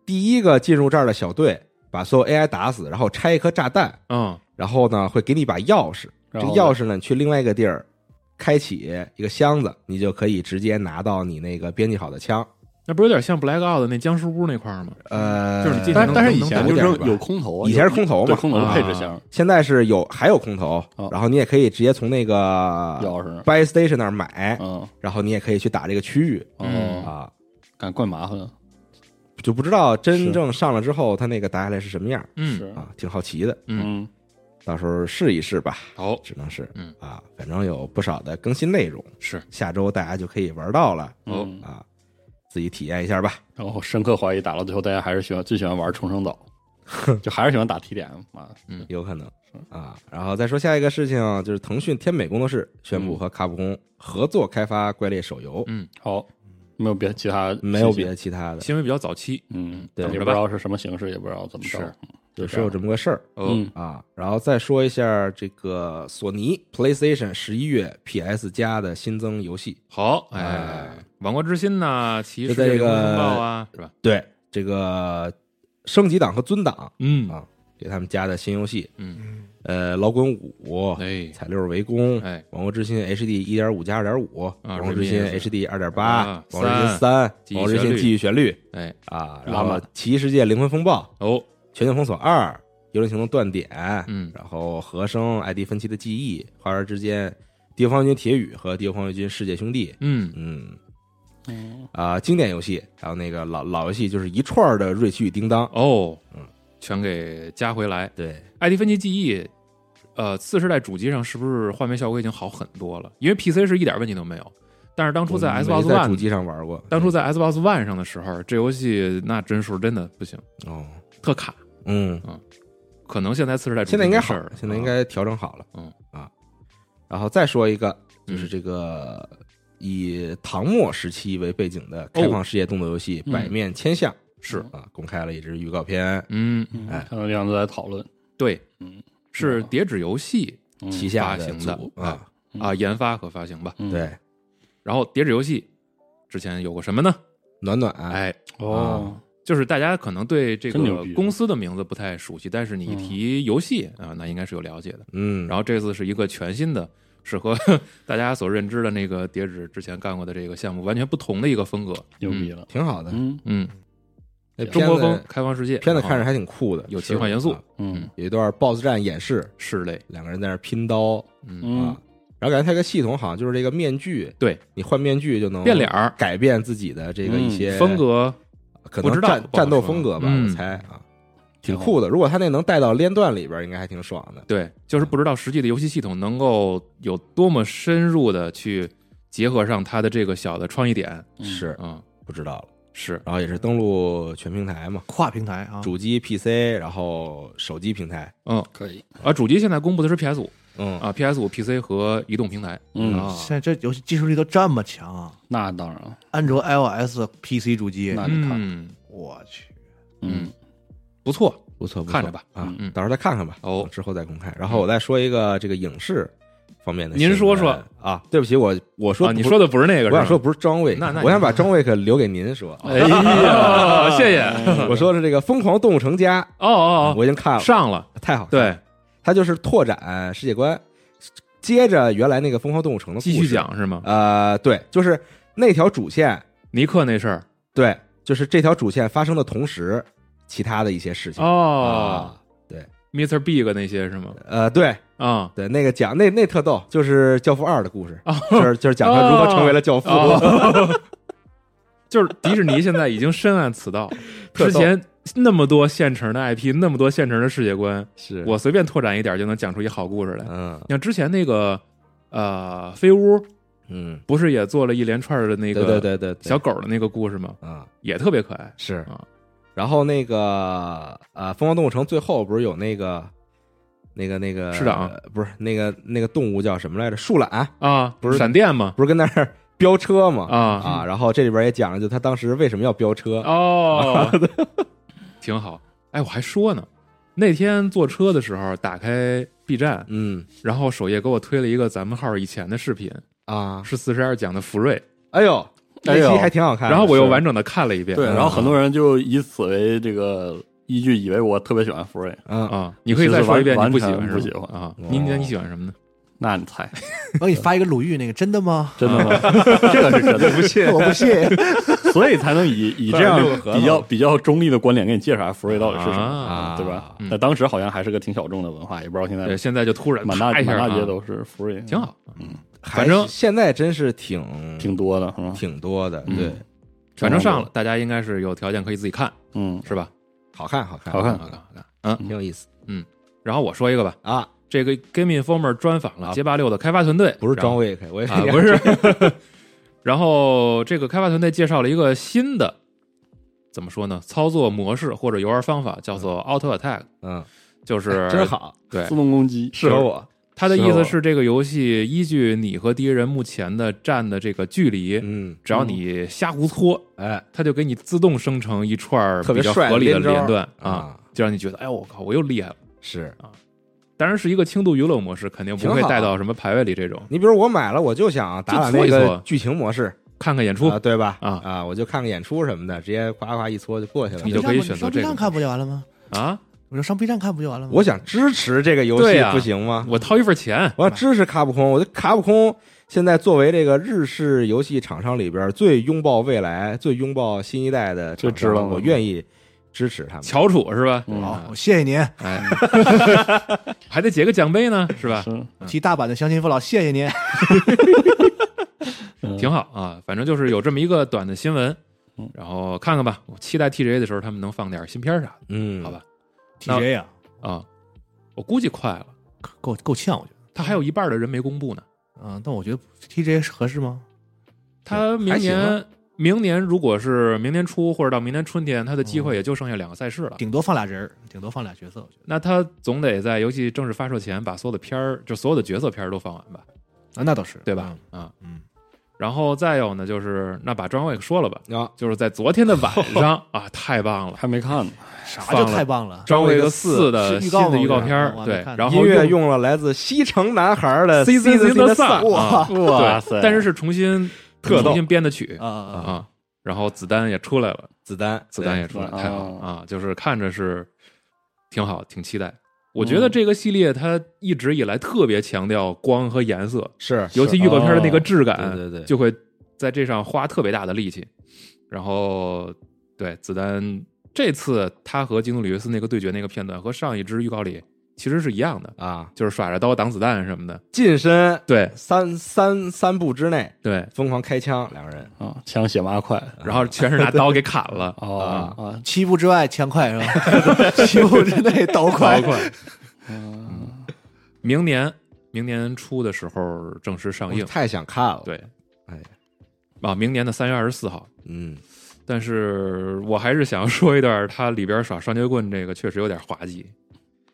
第一个进入这儿的小队，把所有 AI 打死，然后拆一颗炸弹，
嗯
然后呢会给你一把钥匙，这
然
个
后
钥匙呢，你去另外一个地儿开启一个箱子，你就可以直接拿到你那个编辑好的枪。
那不有点像 Blackout 的那僵尸屋那块儿吗？
呃，
就是你进去
但
能
但是以
能
前
能
就
有
是
点吧
有空投啊，
以前是空投
有对
嘛，
空投配置
啊
箱
现在是有还有空投
哦，
然后你也可以直接从那个
钥匙，
Buy Station 那儿买，
嗯，
然后你也可以去打这个区域
嗯
哦，
啊，
感觉怪麻烦的，
就不知道真
是
正上了之后它那个打下来是什么样
嗯，
是，
啊，挺好奇的，
嗯，
到时候试一试吧，
好，
只能是
嗯
啊，反正有不少的更新内容，
是
下周大家就可以玩到了
好
嗯
啊，自己体验一下吧。
然后我深刻怀疑打到最后，大家还是喜欢最喜欢玩重生 岛，就还是喜欢打 T 点嘛，
有可能啊。然后再说下一个事情，就是腾讯天美工作室宣布和卡普空合作开发《怪猎》手游，
嗯
好，没有别其他
没有
信息
别的其他的，
新闻比较早期，
嗯，
对
也不知道是什么形式，也不知道怎么着。啊
是
就是有这么个事儿
哦，
嗯
啊。然后再说一下这个索尼 PlayStation 十一月 PS 加的新增游戏，
好，哎
哎，
王国之心呐，骑士
就在
这
这
个
个
风暴啊，是吧？
对这个升级档和尊档
嗯
啊，给他们加的新游戏，
嗯，
呃，老滚五。
哎
彩六围攻，
哎，
王国之心 HD 一点五加二点五，
啊
王国之心
人民
HD 二
啊
点八，王国之心
三
三，
记忆
王国之
旋
心
律
记忆旋律，
哎，
啊，
拉
然后
满
《奇异世界：灵魂风暴》
哦，
《全境封锁二》《幽灵行动：断点》，
嗯
然后《和声》《艾迪芬奇的记忆》《花园之间》《敌方越军铁雨》和《敌方越军世界兄弟》，
嗯，
嗯
嗯，
啊，经典游戏，还有那个老老游戏，就是一串儿的《瑞奇与叮当》，
哦
嗯，
全给加回来。
对，
艾迪芬奇记忆，呃，次世代主机上是不是画面效果已经好很多了？因为 PC 是一点问题都没有，但是当初在
我没
Xbox
在主
One，
机上玩过，
当初在 Xbox One 上的时候，这游戏那帧数真的不行，
哦，
特卡。
嗯，
可能现在次世代主机
现在应该
没
好
事儿啊
了，现在应该调整好了，
嗯
啊，然后再说一个，就是
嗯
这个以唐末时期为背景的开放世界动作游戏《
嗯
百面千象》。
哦是，
啊，公开了一支预告片，
嗯，
哎
看到这样子在讨论，
对，
嗯，
是叠纸游戏
嗯
旗下
发行的
组啊，
嗯
啊，研发和发行吧。
嗯
对，
然后叠纸游戏之前有过什么呢？
暖暖，
哎，
啊
哦，
就是大家可能对这
真牛
个
逼
公司的名字不太熟悉，但是你一提游戏啊，那应该是有了解的。
嗯，
然后这次是一个全新的，是和 大家所认知的那个叠纸之前干过的这个项目完全不同的一个风格。
牛逼了，
挺好的，
嗯
嗯，
那
中国
片
风
子，
开放世界，
片子
然后
看着还挺酷的，
有
是
奇幻元素
啊
嗯
有一段 BOSS 战演示，
室内，
两个人在那儿拼刀
嗯，
嗯
啊，然后感觉它有个系统好像就是这个面具，
对
你换面具就能
变脸，儿、
改变自己的这个一
嗯
些
风，格，
可
不
能
知道
战
不好
战斗
说
风格吧，
嗯
我猜啊，挺酷的。如果他那能带到连段里边，应该还挺爽的。
对，就是不知道实际的游戏系统能够有多么深入的去结合上它的这个小的创意点。
嗯
是
嗯，
不知道了，
是，
然后也是登陆全平台嘛，
跨平台啊，
主机、PC，然后手机平台，
嗯，
可以，
啊，主机现在公布的是 PS 五，
嗯
啊，PS 五、PC 和移动平台。
嗯
啊，
现在这游戏技术力都这么强啊，
那当然了，
安卓、iOS、PC 主机，
那你看，
嗯，
我去，
嗯
嗯，
不错
不错，不错
看着吧
啊，
嗯
到时候再看看吧。
哦
之后再公开。然后我再说一个这个影视方面的新
您
闻。
说说
啊？对不起，我我说
啊！你
不
说的不是那个，
我想
是
说
吗
不是张卫，
那哦那
我想把张卫可留给您说。
哎呀，
谢谢
我说的是这个《疯狂动物城家
哦》，哦
哎我已经看
哦，
了，
上了，
太好看了。
对，
它就是拓展世界观，接着原来那个《疯狂动物城》的故事
继续。讲是吗？
呃，对，就是那条主线，
尼克那事儿
对，就是这条主线发生的同时，其他的一些事情。
哦
啊，对，
，Mr. Big 那些是吗？
呃，对，
啊，
对，那个讲那那特逗，就是《教父二》的故事，就是就是讲他如何成为了教父。
哦 就是迪士尼现在已经深谙此道，
特
之
逗
前那么多现成的 IP，那么多现成的世界观，
是
我随便拓展一点就能讲出一好故事来。
嗯
像之前那个呃飞屋，
嗯，
不是也做了一连串的那个
对对对对，对
小狗的那个故事吗？
啊
也特别可爱。
是
啊。
然后那个呃，《疯狂动物城》最后不是有那个那个那个
市长
呃不是那个那个动物叫什么来着？树懒
啊，
不是
闪电吗？
不是跟那儿 飙车吗？
啊
然后这里边也讲了，就他当时为什么要飙车？
哦，挺好。哎，我还说呢，那天坐车的时候打开 B 站，
嗯
然后首页给我推了一个咱们号以前的视频，
啊，
是四十二讲的福瑞，
哎呦，那
哎呦
期还挺好看的。
然后我又
是
完整的看了一遍。啊
对，
嗯
然后很多人就以此为这个依据，以为我特别喜欢福瑞。
嗯
啊，你可以再说一遍，你不喜欢是吗
完全不喜欢
啊？
哦
你你你喜欢什么呢？
那你猜，
我给你发一个鲁豫那个，真的吗？
真的 吗？这是真的，不
嗯
信
我不信，
所以才能以以这样
六个核桃
比较比较中立的观点给你介绍下福瑞到底是什么，
啊
对吧
嗯？
那当时好像还是个挺小众的文化，也不知道现在
对，现在就突然
呃满大
啪一
满
下啊
大街都是福瑞，
挺好，
还
反正
现在真是挺
挺多的，是
啊
吧？
挺多的，
嗯
对，
反正上了，大家应该是有条件可以自己看，
嗯，
是吧？
好看，好看，
好看
好看好看，嗯。
挺有意思
然后我说一个吧，
啊！
这个 Game Informer 专访了街霸六的开发团队，
不是
然后
张卫凯，我也
啊，不是。 然后这个开发团队介绍了一个新的，怎么说呢？操作模式或者游玩方法叫做 Auto Attack，
嗯，
就是
真好，
对
自动攻击
适合我，
他的
是
意思
我
是，这个游戏依据你和敌人目前的站的这个距离，
嗯，
只要你瞎胡搓，
哎，
它就给你自动生成一串儿
特
比
别
较
帅的
合理的
连招
连段啊，
啊，
就让你觉得，哎，我靠，我又厉害了。
是
当然是一个轻度娱乐模式，肯定不会
挺好
带到什么排位里这种。
你比如我买了，我就想啊打打
就搓
那
一搓
个剧情模式
看看演出
啊，，对吧？
啊
啊，我就看个演出什么的，直接夸夸一搓就过去了
你。就可以选择
上
这个
B 站看不就完了吗？
啊，
我说上 B 站看不就完了吗？
我想支持这个游
对
戏
呀
不行吗？
我掏一份钱，
我要支持卡普空，我觉得卡普空现在作为这个日式游戏厂商里边最拥抱未来、最拥抱新一代的厂
这
商，
值了吗
我愿意支持他们。
翘楚是吧？
嗯
哦好，我谢谢您，
哎， 还得结个奖杯呢，是吧？
是
提大阪的乡亲父老，谢谢您。
嗯
挺好啊，反正就是有这么一个短的新闻
嗯，
然后看看吧。我期待 TGA 的时候，他们能放点新片儿啥
嗯，
好吧
提谁呀？
的啊。我估计快了，
够够呛，我觉
他还有一半的人没公布呢。
得。嗯，但我觉得 TJ 合适吗？
他明
还行
年
啊
明年如果是明年初或者到明年春天，他的机会也就剩下两个赛事了。
顶多放俩人儿，顶多放俩角色，我觉
那他总得在游戏正式发售前把所有的片儿，就所有的角色片儿都放完吧，
得。啊，那倒是，
对吧？？啊，
嗯，
然后再有呢，就是那把庄伟说了吧，
啊，
就是在昨天的晚上啊，太棒了，
还没看呢，
啥就太棒了。
庄伟
张卫
的
的
四的新
是预告吗
的预告片儿
我，还没
对
看，呢
然后
音乐
用
用了来自西城男孩的
Seasons in the
Seasons
Sun，
Sun
啊对，
哇塞
但是是重新
特逗
重新编的曲
啊 啊啊！
啊，然后子弹也出来了。
子弹，
子弹也出来，
对
太好了
啊
啊！就是看着是挺好，挺期待。我觉得这个系列它一直以来特别强调光和颜色，
是哦
尤其预告片的那个质感，
对对对
就会在这上花特别大的力气。然后，对子弹这次他和基努里维斯那个对决那个片段和上一支预告里其实是一样的，
啊，
就是耍着刀挡子弹什么的。
近身
对
三三三步之内
对，
疯狂开枪，两个人
啊，枪血麻快，
然后全是拿刀给砍 了
哦
啊
啊，
七步之外枪快是吧？ 七步之内刀快
好。快！
嗯
明年明年初的时候正式上映
我。太想看了。，
哦对，
哎呀，
啊，明年的三月二十四号。
嗯，
但是我还是想说一段，它里边耍双截棍这个确实有点滑稽。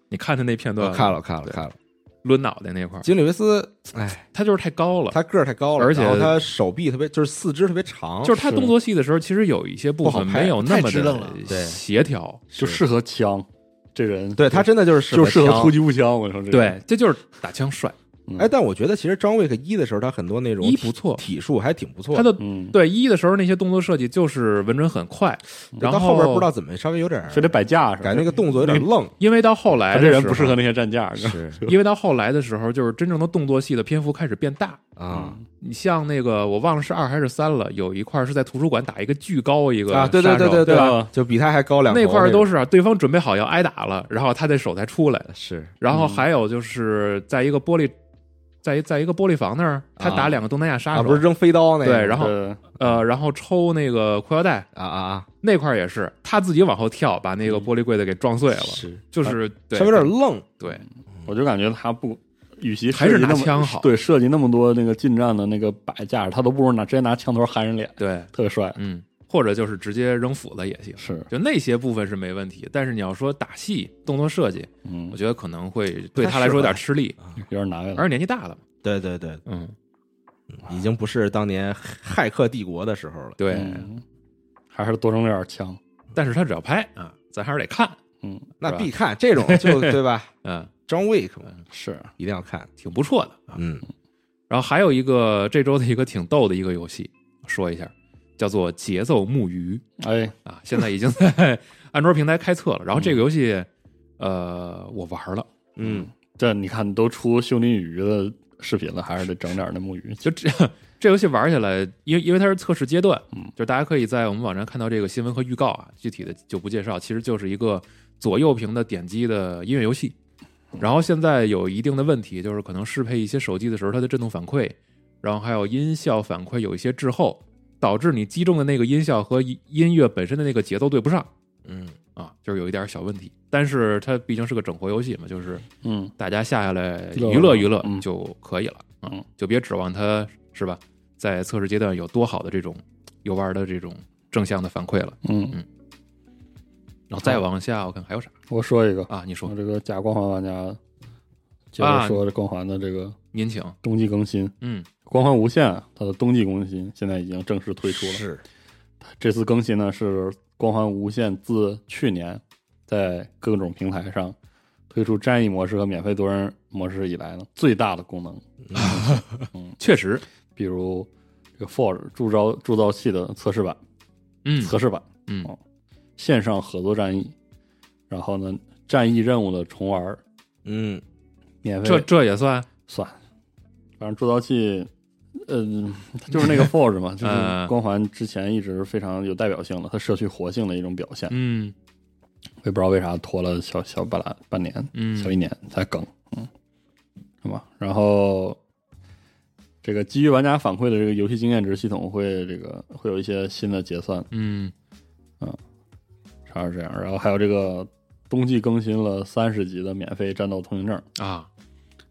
你看他那片段，
我看了看了
对
看了，
抡脑袋那块儿，
金里维斯，哎，
他就是太高了，
他个儿太高了，
而且
然后他手臂特别，就是四肢特别长，
就是他
是
动作戏的时候，其实有一些部
不好
分
拍
没有那
太
么
支棱了
的
对
协调。
就是适合枪，这人
对他真的就是
就适合
枪
突击步枪，我说这个
对，这就是打枪帅，
哎，但我觉得其实张卫克一的时候，他很多那种
一不错
体术还挺不错
他
的，
的
嗯，
对一的时候那些动作设计就是稳准很快，然
到
后
后边不知道怎么稍微有点儿
非得摆架是吧？
感觉那个动 作有点愣，
因为到后来
他
的
这人
时
不适
候
合那些站架，是吧
是
因为到后来的时候，就是真正的动作戏的篇幅开始变大。
啊
嗯
你像那个我忘了是二还是三了，有一块是在图书馆打一个巨高一个
啊，对对
杀手
对对
对
对
吧？
吧，就比他还高两头
那块儿都
种
是啊，对方准备好要挨打了，然后他这手才出来。
是
然后还有就是在一个玻璃，在一在一个玻璃房那儿，他打
啊
两个东南亚杀
啊，
手，
不是扔飞刀那个
对，然后
对
呃，然后抽那个裤腰带
啊啊啊，
那块儿也是他自己往后跳，把那个玻璃柜子给撞碎了，
嗯是啊
就是对
稍微有点愣，
对
我就感觉他不，与其
还是
设计
拿
那么
枪好
对，设计那么多那个近战的那个摆架，他都不如拿直接拿枪头含人脸，
对，
特别帅。
嗯，或者就是直接扔斧子也行，
是，
就那些部分是没问题，但是你要说打戏、动作设计，
嗯
我，觉得可能会对
太
他来说有
适合
点吃
嗯
力，
有点难为
而且
了。
年纪大了嘛，
对对对，
嗯，
已经不是当年骇客帝国的时候了，
对，
嗯，还是多整点枪。
但是他只要拍啊，咱还是得看，
嗯，
那
是吧
必看这种就对吧？
嗯，
张卫克
是，
一定要看，
挺不错的。
嗯
然后还有一个这周的一个挺逗的一个游戏，说一下，叫做《节奏木鱼
哎，》
啊，现在已经在 安卓平台开测了。然后这个游戏，呃，我玩了，
嗯，
这你看都出修理鱼的视频了，还是得整点那木鱼。
就这这游戏玩起来，因为因为它是测试阶段，就大家可以在我们网站看到这个新闻和预告啊，具体的就不介绍，其实就是一个左右屏的点击的音乐游戏。然后现在有一定的问题，就是可能适配一些手机的时候，它的震动反馈，然后还有音效反馈有一些滞后，导致你击中的那个音效和音音乐本身的那个节奏对不上
嗯
啊，就是有一点小问题。但是它毕竟是个整活游戏嘛，就是
嗯，
大家下下来
乐
娱乐娱乐
嗯
就可以了啊
嗯，
就别指望它是吧，在测试阶段有多好的这种游玩的这种正向的反馈了。
嗯，
然后再往下，我看还有啥
我说一个，
啊？你说啊
我这个假光环玩家，接着说这光环的这个
您请，
冬季更新，
嗯
光环无限啊它的冬季更新现在已经正式推出了。
是
这次更新呢是光环无限自去年在各种平台上推出战役模式和免费多人模式以来呢最大的功能，
确实，
比如这个 Forge 铸造铸造器的测试版、
嗯
测试版、
嗯
哦线上合作战役，然后呢战役任务的重玩儿
嗯
免费
这这也算
算，反正铸造器，嗯、它就是那个 Forge 嘛，就是
嗯
光环之前一直非常有代表性的，它社区活性的一种表现。
嗯
我也不知道为啥拖了小小半拉半年，
嗯
小一年才更，嗯，是吧？然后这个基于玩家反馈的这个游戏经验值系统会这个会有一些新的结算，
嗯
啥是这样。然后还有这个冬季更新了三十级的免费战斗通行证，
啊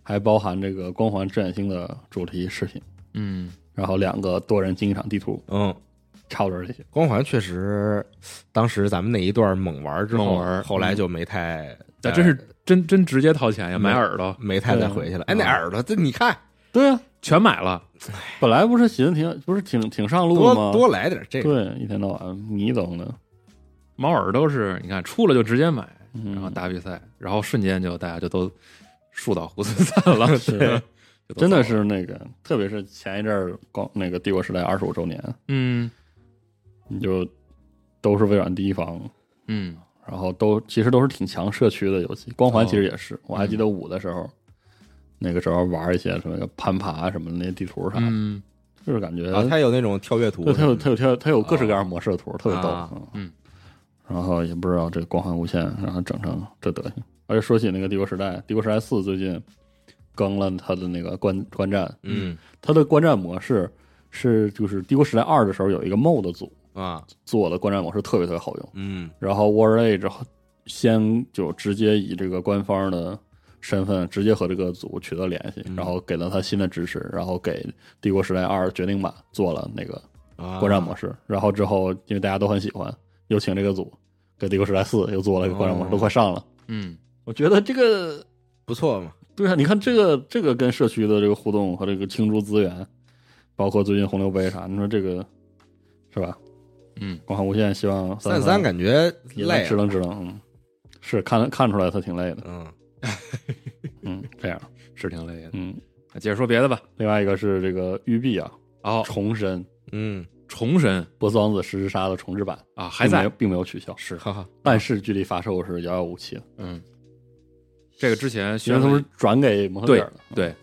还包含这个《光环：致远星》的主题视频，
嗯
然后两个多人竞技场地图，
嗯。
差不多这些。
光环确实，当时咱们那一段猛玩之后，
猛玩嗯
后来就没太，
那
呃
真是嗯真真直接掏钱呀，
嗯
买耳朵
没太再回去了。哎，那耳朵，这你看
对啊，
全买了，
本来不是寻思挺不是挺挺上路
多
的吗？
多来点这个，
对，一天到晚你懂的。
毛耳朵是你看出了就直接买，
嗯
然后打比 赛，然后瞬间就大家就都树倒猢狲散了，
是
对 就都
真
走
的
了
是那个，特别是前一阵儿光那个帝国时代二十五周年，
嗯
你就都是微软第一方，
嗯
然后都其实都是挺强社区的游戏。光环其实也
哦
是，我还记
嗯
得五的时候，那个时候玩一些什么个攀爬啊什么的那些地图啥的，
嗯。
就是感觉、
啊，它有那种跳跃图
对，
什
它有
么的，
它有它有它有各式各样模式的图，特别逗。
啊
嗯，
然后也不知道这光环无限，然后整成这德行。而且说起那个帝国时代，帝国时代四最近更了它的那个观观战，
嗯
它的观战模式是就是《帝国时代二》的时候有一个 MOD 组
嗯
啊，
做的观战模式特别特别好用，
嗯
然后 War Age 后先就直接以这个官方的身份直接和这个组取得联系，然后给了他新的支持，然后给《帝国时代二》决定版做了那个
啊，
观战模式，然后之后因为大家都很喜欢，又请这个组给《帝国时代四》又做了一个观战模式，
哦
都快上了。
嗯
我觉得这个
不错嘛，
对啊，你看这个这个跟社区的这个互动和这个倾注资源，包括最近红牛杯啥，你说这个是吧？
嗯，
光环无限希望
三三感觉
也
累
能
啊
支
了，
棱支棱，嗯，是看看出来他挺累的，
嗯，
嗯，这样，
是挺累的。
嗯，
接着说别的吧。
另外一个是这个育碧啊，
哦，
重申
嗯，
重神
波斯王子十之杀的重制版
啊，还
并没
在
有，并没有取消，
是，
哈哈，
但是距离发售是遥遥无期的，
嗯，这个之前
因为
宣
他
布
们是转给蒙特
对
利尔的，嗯
对，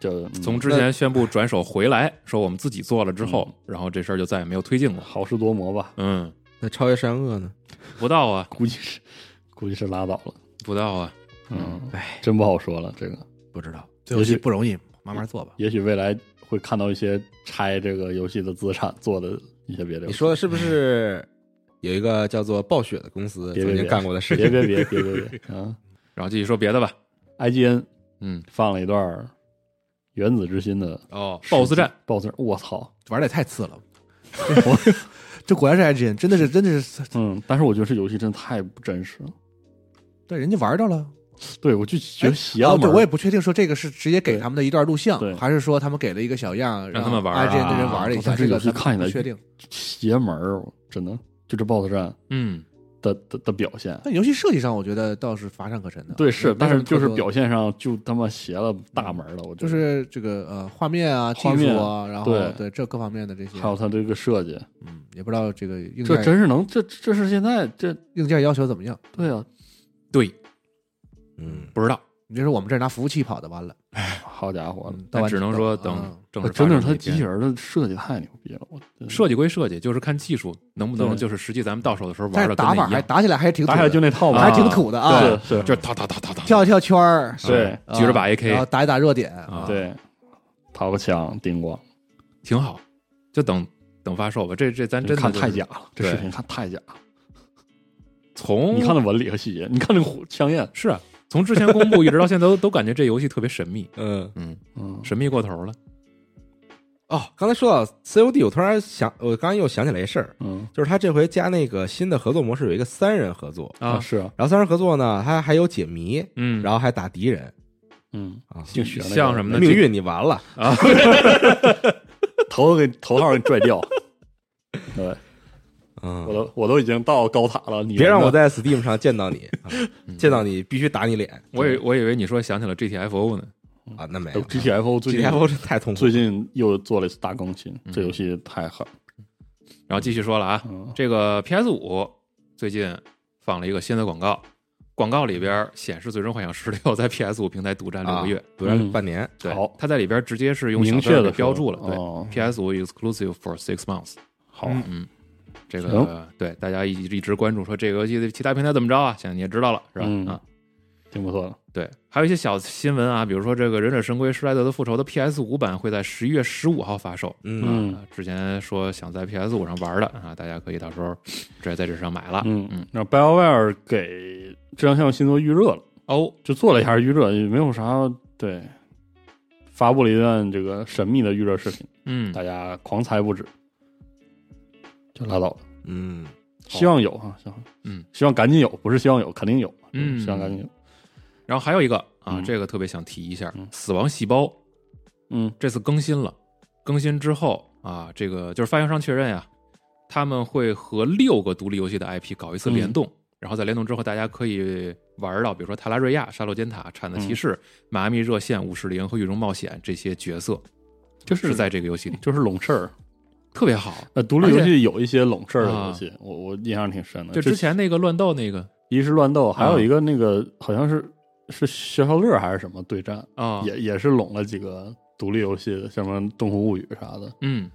就嗯
从之前宣布转手回来，说我们自己做了之后，然后这事儿就再也没有推进过。
好事多磨吧，
嗯，
那超越善恶呢？
不到啊，
估计是估计是拉倒了，
不到啊，
嗯，
哎，
真不好说了，这个。
不知道，
这游戏不容易，慢慢做吧。
也许未来会看到一些拆这个游戏的资产做的一些别的游戏。
你说的是不是有一个叫做暴雪的公司
嗯别
曾
别
经
别
干过的事
别
情？
别别别别别啊
然后继续说别的吧。
！IGN
嗯，
放了一段《原子之心》的
哦，BOSS 战，
，BOSS，我操！
玩的也太次 了，这果然是 IGN，真的是真的是，
嗯，但是我觉得这游戏真的太不真实了。
但人家玩到了。
对，我就觉得邪了
哦，
门
对，
儿。
我也不确定说这个是直接给
对
他们的一段录像
对，
还是说他们给了一个小样
让他们玩儿
IGN 的人玩了一
啊
下。
这
这
游
个
戏看起来
不确定，
邪门儿，我真的就这 BOSS 战
嗯，
的的的表现。
但游戏设计上，我觉得倒是乏善可陈的。
对，是，但是就是
表。
表现上就他妈邪了大门儿了，我觉得。
就是这个呃画面啊、技
画面
术啊，然后
对
这各方面的这些，
还有他这个设计，
嗯，也不知道这个硬
这
件
真是能，这这是现在这
硬件要求怎么样。
对啊，
对，
嗯，
不知道，
你别说我们这儿拿服务器跑的，完了，
好家伙，
嗯到
但
晚
只能说
嗯
等正
那
式。
真的是呃他机器人的设计太牛逼了，我
设计归设计，就是看技术能不能
对
就是实际咱们到手的时候玩
但是
的
打法还打起来还是挺土
打下来就
的，
那套吧，
还挺土的啊，
是是，
就是哒哒哒哒哒，
跳一跳圈儿，
对
啊
举着把 AK
然后打一打热点
啊
对，掏个枪叮咣，
挺好，就等等发售吧。这这咱真的
看
就是
太假了，这
对
视频看太假了，
从
你看那文理和细节，你看那个枪焰，
是啊，从之前公布一直到现在都 都感觉这游戏特别神秘，
嗯，
嗯，
嗯，
神秘过头了。
哦，刚才说到 COD，我突然想，我刚刚又想起来一事儿，
嗯
就是他这回加那个新的合作模式，有一个三人合作，
啊
是啊，
然后三人合作呢，他还有解谜，
嗯，
然后还打敌人
嗯，
啊，
净学那个
像什么呢？
命运你完了，
头给头号给拽掉， 对我
嗯，
都我都已经到高塔了，你
别让我
在
在 Steam 上见到你， 啊见到你必须打你脸
嗯我以我以为你说想起了 GTFO 呢。
啊，那没有
GTFO 最近
GTFO 真太痛苦
最
了，
近又做了一次大更新，这游戏太狠，
然后继续说了啊，
嗯
这个 PS 五最近放了一个新的广告，广告里边显示《最终幻想十六》 在 PS 五平台独占六个月，
读了
嗯
半年，
对
好，
它在里边直接是用小
明
字
确
儿
的
给标注了，对、
哦
PS 五 exclusive for six months。
好，啊
嗯
嗯，这个、
行
对大家一一直关注说这个游戏的其他平台怎么着啊？现在你也知道了是吧？
嗯
啊，
挺不错的，
对，还有一些小新闻啊，比如说这个《忍者神龟：施莱德的复仇》的 PS 五版会在十一月十五号发售。
嗯，
啊，之前说想在 PS 五上玩的啊，大家可以到时候直接在这上买了。
嗯
嗯，
那 BioWare 给《质量效应》新作预热了，
哦，
就做了一下预热，也没有啥对，发布了一段这个神秘的预热视频，
嗯，
大家狂猜不止，就拉倒了。
嗯，
希望有啊，希望
哦嗯，
希望赶紧有，不是希望有，肯定有，啊
嗯
希望赶紧有，
然后还有一个啊，
嗯
这个特别想提一下，
嗯
死亡细胞》
嗯
这次更新了，更新之后啊，这个就是发行商确认呀、他们会和六个独立游戏的 IP 搞一次联动，然后在联动之后，大家可以玩到比如说塔拉瑞亚、沙漏尖塔、铲子骑士、迈阿密热线、五十铃和雨中冒险这些角色，
就是
是在这个游戏里
就是拢事儿。
特别好。
呃，独立游戏有一些拢事儿的
啊
游戏，我我印象挺深的。
就之前那个乱斗那个
一是乱斗，还有
啊
一个那个好像是是消消乐还是什么对战，
啊，
也也是拢了几个独立游戏的，像什么《动物物语》啥的，
嗯，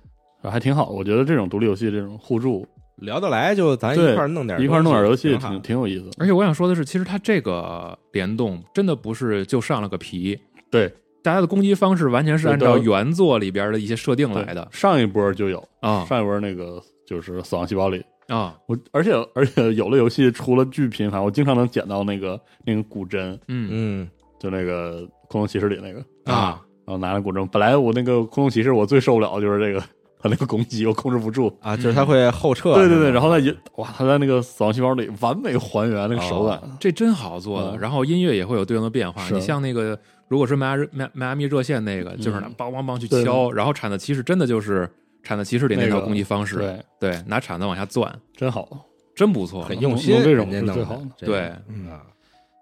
啊还挺好。我觉得这种独立游戏这种互助，
聊得来就咱
对
一块儿弄点
一块儿弄点游
西
戏，
挺好
挺挺有意思的。
而且我想说的是，其实它这个联动真的不是就上了个皮，
对，
大家的攻击方式完全是按照原作里边的一些设定
对
来的
上一波就有，
啊
上一波那个就是《死亡细胞》里，
啊，
我而且而且有的游戏出了巨频繁，我经常能捡到那个那个古筝，
嗯
嗯
就那个《空洞骑士》里那个，
啊，
然后拿着古筝。本来我那个《空洞骑士》我最受不了就是这个他那个攻击我控制不住。
啊，就是它会后
嗯
撤。
对对对，
是吧
然后他也哇，他在那个死亡细胞里完美还原那个手感，
这真好做的。
嗯
然后音乐也会有对应的变化。
是
你像那个，如果是迈阿密迈迈阿密热线那个，就是拿梆梆梆去
对
敲，然后铲子骑士真的就是铲子骑士里那
那
套
个
攻击方式，
对，
对，拿铲子往下攥，
真好。
真不错，
很用
弄
心，
这种
人家
是最
弄
好的
的。
对
嗯啊，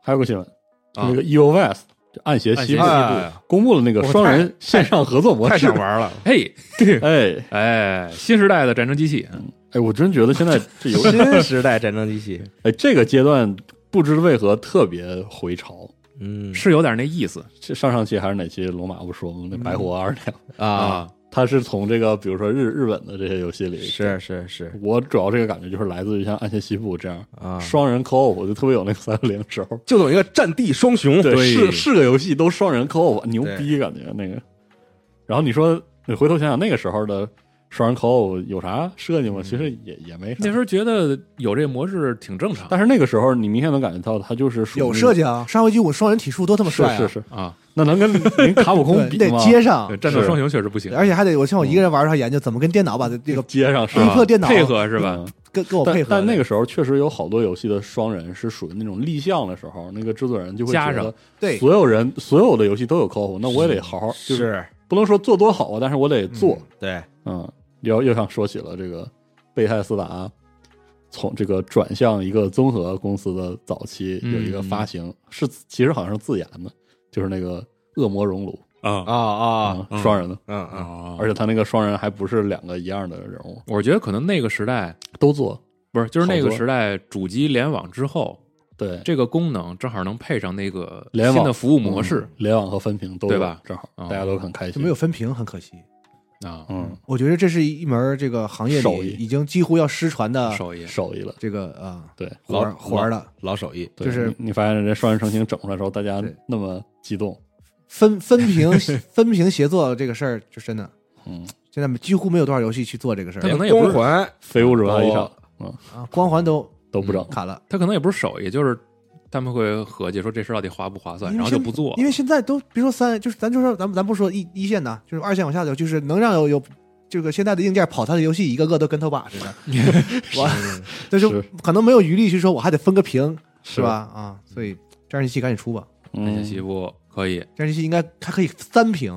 还有个新闻，
啊
那个 EOS 就暗邪西部
暗邪西
公布了那个双
哎我
人线上合作模
太
式
想。玩了，
嘿，
哎
哎，新时代的战争机器，
哎，我真觉得现在这游戏，
新时代战争机器，
哎，这个阶段不知为何特别回潮。
嗯
是有点那意思
这上上期还是哪期龙马不说吗？那白虎二两，
啊，
啊。
他是从这个比如说日日本的这些游戏里，
是是是
我主要这个感觉就是来自于像暗邪西部这样
啊，
双人 co，我就特别有那个三六零时候，
就等于一个战地双 雄，
是是个游戏都双人 co，牛逼感觉那个。然后你说你回头想想那个时候的双人 co 有啥设计
嗯
吗？其实也也没啥
那。时候觉得有这模式挺正常
但是那个时候你明显能感觉到它就是属于
有设计啊！上回局我双人体术多他妈
是
帅啊！
是是，
啊，
那能跟您卡普空
对，
比
你得
吗？
接上
对，战斗双雄确实不行，
而且还得我像我一个人玩的话，研究怎么跟电脑把这这个
接上是
逼
吧？
迫电脑
啊配合是吧？
嗯
跟跟我哦配合。
但但那个时候确实有好多游戏的双人是属于那种立项的时候，那个制作人就会
加
觉
上
得
对
所有人所有的游戏都有 co，那我也得好好，就是
是，
不能说做多好啊，但是我得做。
对，
嗯，又又想说起了这个贝泰斯达从这个转向一个综合公司的早期有一个发行，是其实好像是自研的，就是那个恶魔熔炉
啊
啊啊，
嗯双人的，
嗯嗯，
啊！
而且他那个双人还不是两个一样的人物，
我觉得可能那个时代
都做。
不是，就是那
好
个
多
时代主机联网之后，
对，
这个功能正好能配上那个
联网
新的服务模式
嗯、联网和分屏都有
对吧
正好
嗯
大家都很开
就
心。
没有分屏，很可惜。
啊，
嗯，
我觉得这是一门这个行业
手
里
艺
已经几乎要失
嗯
传的
手艺
手艺了。
这个啊
对，
活儿
老
活儿了，
老手艺，
对
就是
你你发现人家双人成型整出来之后，大家
对
那么激动，
分分 屏分屏协作这个事儿，就真的
嗯，
现在几乎没有多少游戏去做这个事
他可
儿
能也不
光
是，
环
非物质文化遗产
哦，
嗯，
啊，光环都
都不整。
嗯卡了，
他可能也不是手艺，就是他们会合计说这事儿到底划不划算，
因为
然后就
现
不做
因为现在都别说三，就是咱就说咱们咱不说一一线的，就是二线往下走，就是能让有有。这个现在的硬件跑它的游戏，一个个都跟头 把似的，我那就是可能没有余力去说我还得分个屏，
是
是吧？啊，所以战争机器赶紧出吧，
那些
嗯，
西部可以，
战争机器应该还可以三屏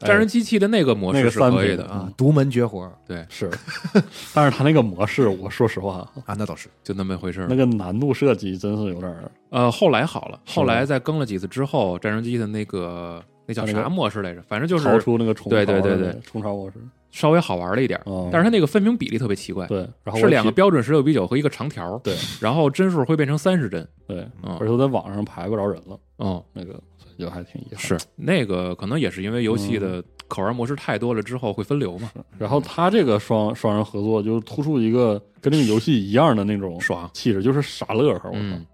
哎
战争机器的那个模
那
式
个
是
三
可以
屏
的，
啊
嗯，
独门绝活儿
对，
是， 但是他那个模式，我说实话，
啊，那倒是
就那么回事儿
那。个难度设计真是有点儿，
呃，后来好了，
吧
后来在更了几次之后，战争机器的那个那叫
啊它那
啥
个
模式来着？反正就
逃
是
出那个冲
对对
槽的
对
那个冲槽模式。
稍微好玩了一点儿，
哦
但是它那个分屏比例特别奇怪，
对，然后
是
我
两个
提
标准十六比九和一个长条，
对，
然后帧数会变成三十帧，
对，
嗯
而且我在网上排不着人了，
嗯。
那个所以就还挺遗憾。
是那个，可能也是因为游戏的可玩模式太多了之后会分流嘛，
然后他这个双双人合作，就突出一个跟那个游戏一样的那种
爽。
气质，就是傻乐呵，我操
嗯，，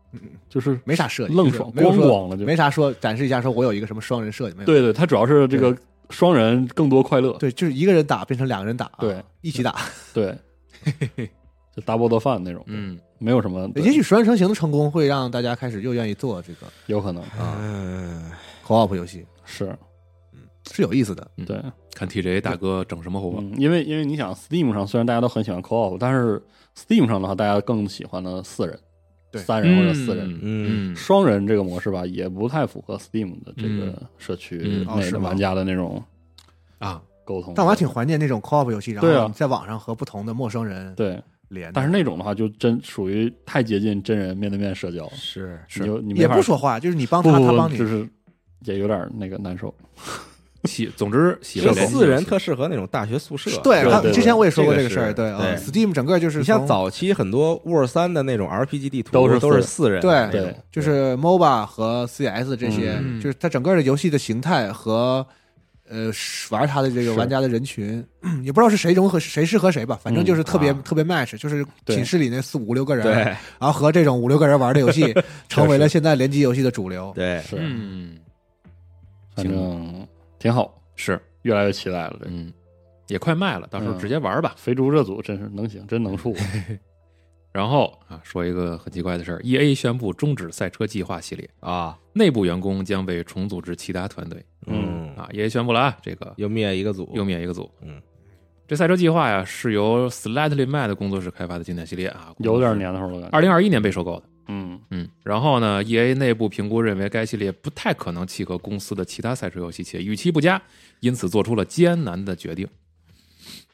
就是
没啥设计，
愣
就是
爽
没有
咣
说
咣了就
没啥说展示一下，说我有一个什么双人设计没有？
对对，他主要是这个双人更多快乐，
对，就是一个人打变成两个人打，
对，
一起打。
对，就 double the fun 那种，
嗯，
没有什么，对
也许《十万成行》的成功会让大家开始又愿意做这个
有可能
啊
嗯，
co-op 游戏，
是
是有意思的。
对，
看 TJ 大哥整什么活，
嗯，因为因为你想，Steam 上虽然大家都很喜欢 co-op，但是 Steam 上的话，大家更喜欢的四人、
对
三人
嗯
或者四人。
嗯，
双人这个模式吧，也不太符合 Steam 的这个
嗯
社区
嗯
哦
内
是
的
吗
玩家的那种
啊，
沟通。
但我还挺怀念那种 co-op 游戏，然
对啊
后你在网上和不同的陌生人
对，
连着，
但是那种的话，就真属于太接近真人面对面社交了，
是
你
是
就你没
也
法
不说话，就是你帮
不
他，
不
他
不
帮你
就。是也有点那个难受。
喜，总之喜
这
欢联系
四人特适合那种大学宿舍，
对，
对
他
对
之前我也说过这个事儿，
这个是对
对啊，Steam 整个就是
你像
从
早期很多 Word 三的那种 RPG 地图
都是
都是四人
对
那种，
对
就是 MOBA 和 CS 这些，
嗯
就是它整个的游戏的形态和呃玩它的这个
是
玩家的人群，也不知道是谁融合谁适合谁吧，反正就是特别、
啊
特别 match，就是
嗯对
寝室里那四五六个人，
对
然后和这种五六个人玩的 游戏，成为了现在联机游戏的主流。
对，
是，
嗯，
反正挺好，
是，
越来越期待了。这个
嗯，也快卖了，到时候直接玩吧。
肥猪这组真是能行，真能 处。
然后啊，说一个很奇怪的事儿，E A 宣布终止赛车计划系列，
啊，
内部员工将被重组至其他团队
嗯
嗯，
啊。E A 宣布了啊，这个
又灭一个组，
又灭一个组，
嗯，
这赛车计划呀，是由 Slightly Mad 工作室开发的经典系列啊，
有点年头了，感觉。
二零二一年被收购的。
嗯，
嗯，然后呢，E A 内部评估认为该系列不太可能契合公司的其他赛车游戏，且预期不佳，因此做出了艰难的决定。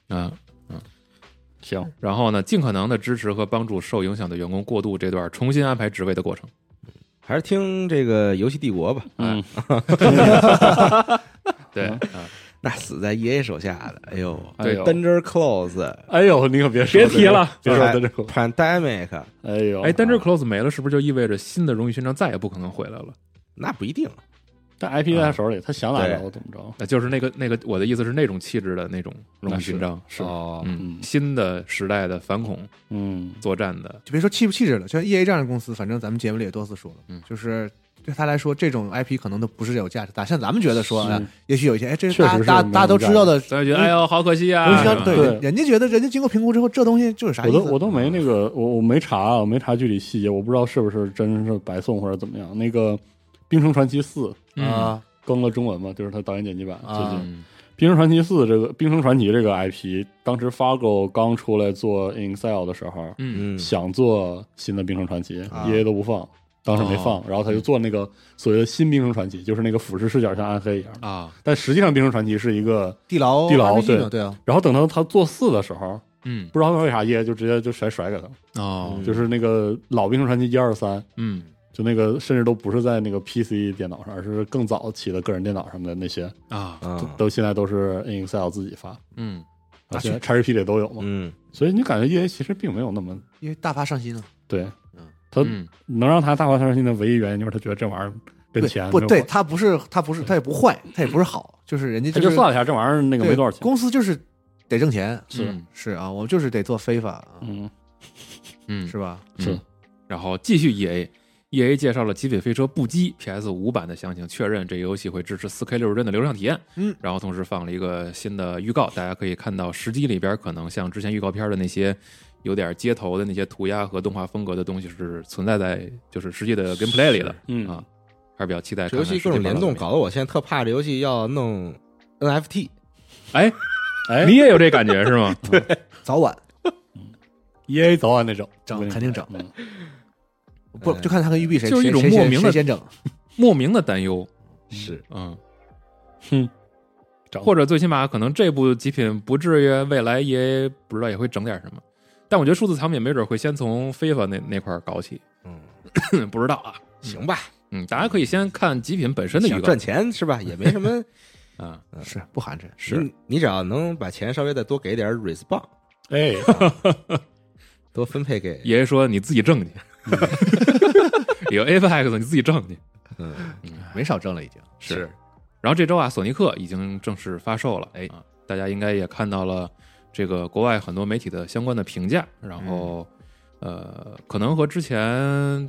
啊、
行，
然后呢，尽可能的支持和帮助受影响的员工过渡这段重新安排职位的过程。
还是听这个游戏帝国吧，
哎
嗯，
对
嗯
啊，
那死在 EA 手下的，哎呦，
哎呦
Danger Close，
哎呦，你可别说
别提了
这个别说这个，
Pandemic，
哎呦，
哎，单只 close 没了，是不是就意味着新的荣誉勋章再也不可能回来了？
那不一定，
但 IP 在他手里，他想咋
对
着怎么着，
那啊就是那个那个，我的意思是那种气质的那种荣誉
那是
勋章，
是，
哦
嗯，
嗯
新的时代的反恐
嗯，
作战的，
就别说气不气质了，像 E A 这样的公司，反正咱们节目里也多次说了，
嗯
就是对他来说，这种 I P 可能都不是有价值的。像咱们觉得说，
是
哎呀也许有一些，哎，这
确实
大家
是
大
没
家大家都知道的
大家觉得哎呦好可惜啊
荣誉勋，
是吧
章，
对
对，人家觉得人家经过评估之后，这东西就是有啥
我
意
都
思？啊
我都没那个，我我没查，啊我没查具体细节，我不知道是不是真是白送或者怎么样。那个《冰城传奇四》
嗯
啊，
更了中文嘛，就是它导演剪辑版。最近，
啊
嗯
《冰城传奇四》这个《冰城传奇》这个 IP，当时 Fargo 刚出来做 Excel 的时候，
嗯
嗯，
想做新的《冰城传奇》
啊
e a 都不放，当时没放，然后他就做那个所谓的新《冰城传奇》，就是那个俯视视角像暗黑一样的。
啊，
但实际上，《冰城传奇》是一个。
地牢
地牢
RPG 嘛
对
对啊，
然后等到他做四的时候，
嗯
不知道他为啥 EA 就直接就甩甩给他了，
哦，
就是那个老《冰城传奇》一二三，
嗯
就那个甚至都不是在那个 PC 电脑上，而是更早期的个人电脑上的那些，
啊，
啊，
都现在都是 Excel 自己发，
嗯
而且 XGP 里都有嘛，
嗯，
所以你感觉 EA 其实并没有那么
因为大发上心了。
对
嗯，
他
嗯
能让他大发三心的唯一原因就是他觉得这玩意儿跟钱
不
没有
对，
关系，
他不是他不是他也不坏，他也不是好，就是人家
他
是
就算了一下这玩意儿那个
对
没多少钱，
公司就是得挣钱，
是
嗯
是啊，我们就是得做非法，啊
嗯
嗯
是吧？
是
嗯然后继续 E A。E A 介绍了《极品飞车》不羁 PS 五版的详情，确认这个游戏会支持 4K 六十帧的流畅体验。
嗯，
然后同时放了一个新的预告，大家可以看到实机里边可能像之前预告片的那些有点街头的那些涂鸦和动画风格的东西是存在在就是实际
呃
的 gameplay 里的。
嗯
啊，还是比较期待
这
看
游
看
戏
实际
各种联动，
版本
搞得我现在特怕这游戏要弄 NFT，
哎，
哎
你也有这感觉是吗？
早晚
，EA 早晚得整，
整
我跟你
肯定整
说啊嗯
不
哎
就看他跟育碧谁
就是一
谁
种
谁
莫
先
名
谁
的
先整，
莫名的担忧，
是
嗯，
哼，整
或者最起码可能这部极品不至于未来 E A 不知道也会整点什么，但我觉得数字藏品没准会先从 FIFA 那那块儿搞起，
嗯，
不知道啊，
行吧，
嗯，大家可以先看极品
嗯
本身的预
想
告
赚钱是吧？也没 什么，
啊，
是不寒碜。
是
你你只要能把钱稍微再多给点 respond，
哎，
多分配给，
爷爷说你自己 挣去， 有 Apex 你自己挣去。
嗯，
没少挣了已经。
是，然后这周啊，索尼克已经正式发售了，哎，啊大家应该也看到了这个国外很多媒体的相关的评价，然后、
嗯
呃，可能和之前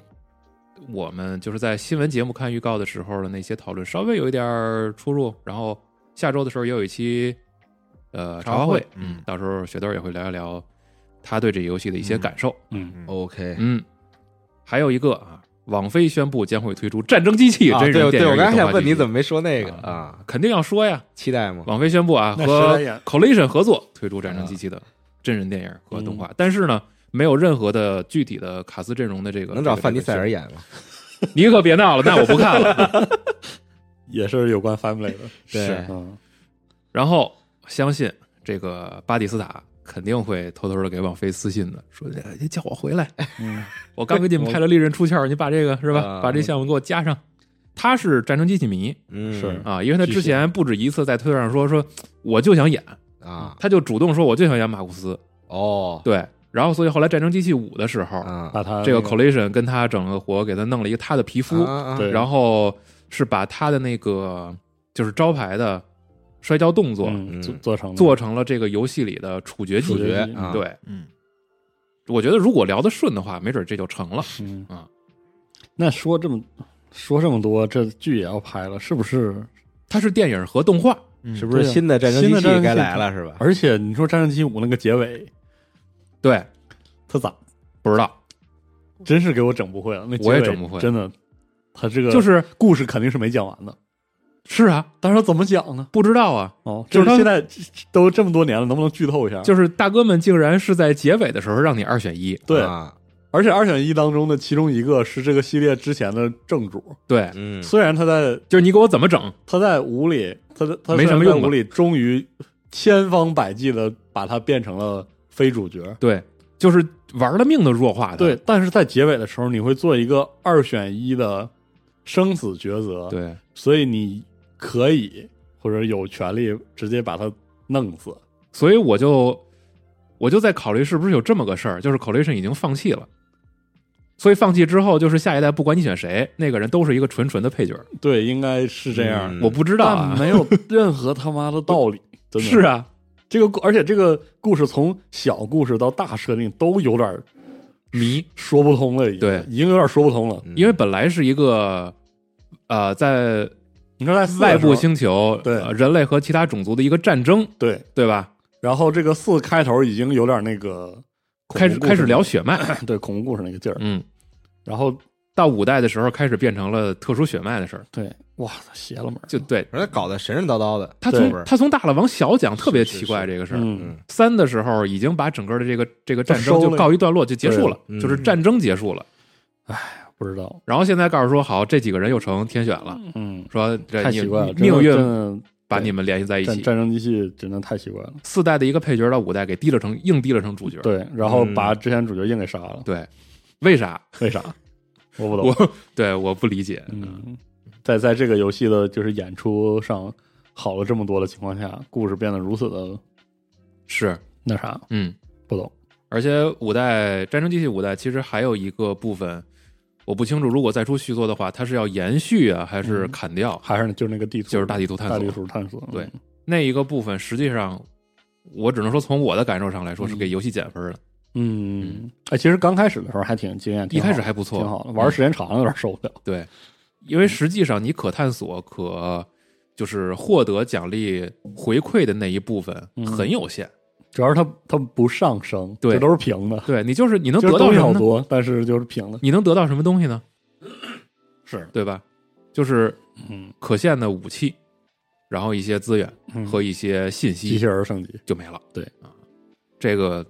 我们就是在新闻节目看预告的时候的那些讨论稍微有一点儿出入，然后下周的时候也有一期呃茶
茶话
话会
会，嗯
到时候雪豆也会聊一聊他对这游戏的一些感受，
嗯，
OK，
嗯，还有一个啊，网飞宣布将会推出《战争机器》
啊，
真人
对
电影
对，我
与动画
刚
剧集。
才想问你怎么没说那个
啊
啊？
肯定要说呀！
期待吗？
网飞宣布啊，
那
和
谁来演
Collision 合作推出《战
啊
争机器》的真人电影
嗯
和动画，但是呢，没有任何的具体的卡斯阵容的这个。
能找
这个
范迪塞尔？演吗？
这个你可别闹了，那我不看了。
也是有关 family 的，
对
嗯，
然后相信这个巴蒂斯塔肯定会偷偷的给网飞私信的，说哎你叫我回 来，
嗯
我刚给你们拍了《利刃出鞘》，你把这个是吧，
啊
把这项目给我加上。他是《战争机器》迷，
嗯，
是
啊，因为他之前不止一次在推特上说说我就想演，
啊，
他就主动说我就想演马库斯，
哦，
对，然后所以后来《战争机器五》的时候，
啊，
把他
这个
那
Collision 跟他整个活给他弄了一个他的皮肤，
啊啊
对
然后是把他的那个就是招牌的摔跤动作、
嗯
嗯
做做成了
做成了这个游戏里的处决技，
处
主
决
角
嗯
啊，，
对，
嗯，
我觉得如果聊得顺的话，没准这就成了。
嗯
啊
那说这么说这么多，这剧也要拍了，是不是？
它是电影和动画，
是不是
对啊
新的战争
新
机
的战争
器该
机器啊
来了是吧？
而且你说《战争机器五》那个结尾，
对，
他咋
不知道，
真是给我整不会了？那结尾
我也整不会
真的。他这个
就是
故事肯定是没讲完的，
是啊，
当时怎么讲呢？
不知道啊，
哦，
就
就是是
他
现在都这么多年了，能不能剧透一下？
就是大哥们竟然是在结尾的时候让你二选一，
对，
啊，
而且二选一当中的其中一个是这个系列之前的正主，
对，
嗯，
虽然他在
就是你给我怎么整？
他在五里，他在他
没什么
虽然
用
在
了
五里终于千方百计的把他变成了非主角，
对，就是玩了命的弱化他，
对，但是在结尾的时候，你会做一个二选一的生死抉择，，
对，
所以你可以或者有权利直接把他弄死，
所以我就我就在考虑是不是有这么个事儿，就是 Collision 已经放弃了，所以放弃之后，就是下一代不管你选谁，那个人都是一个纯纯的配角儿。
对，应该是这样，
嗯
我不知道
但
啊，
没有任何他妈的道理，真 的
是啊，
这个故，而且这个故事从小故事到大设定都有点
迷，
说不通了，已经
对
已经有点说不通了。
嗯
因为本来是一个呃，在
你说在四的
外
时候
部星球，
对
呃人类和其他种族的一个战争，
对，
对吧？
然后这个四开头已经有点那个恐怖
开始
故事
开始聊血脉，
对恐怖故事那个劲儿，
嗯，
然后
到五代的时候开始变成了特殊血脉的事儿，
对，哇，邪了门儿，
就对
而且搞得神神叨叨的，
他
对
从他从大了往小讲，特别
是是
奇怪
是
这个事儿，
嗯，
嗯
三的时候已经把整个的这个这个战争
收
就
了嗯
告一段落，就结束了，
对
就是战争结束了。
不知道，
然后现在告诉说，好，这几个人又成天选了，
嗯，
说这
太
你
奇怪了，
命
真
运
的
把你们联系在一
战
起。
战争机器真的太奇怪了，
四代的一个配角到五代给提了成硬提了成主角，
对，然后
嗯
把之前主角硬给杀了，
对为啥？
为 啥？我不懂，
我对我不理解。
嗯，在在这个游戏的就是演出上好了这么多的情况下，故事变得如此的
是，
那啥，
嗯，
不懂。
而且五代战争机器五代其实还有一个部分。我不清楚，如果再出续作的话，它是要延续啊，还是砍掉？
嗯还是就是那个地图，
就是大地图探索
大地图探索，
对那一个部分，实际上，我只能说从我的感受上来说，是给
嗯
游戏减分的。
嗯，哎，其实刚开始的时候还挺惊艳，
一
挺好
开始还不错，嗯
挺好嗯的，玩儿时间长了有点受不了，
对，因为实际上你可探索、可就是获得奖励回馈的那一部分
嗯
很有限。
主要是它它不上升，
对
这都是平的，
对你就是你能
就是
得到
东西
什
好
么呢？
多，但是就是平的，
你能得到什么东西呢？
是，
对吧？就是
嗯，
可现的武器，然后一些资源
嗯
和一些信
机器
息
人升级，
就没了。
对
啊，这个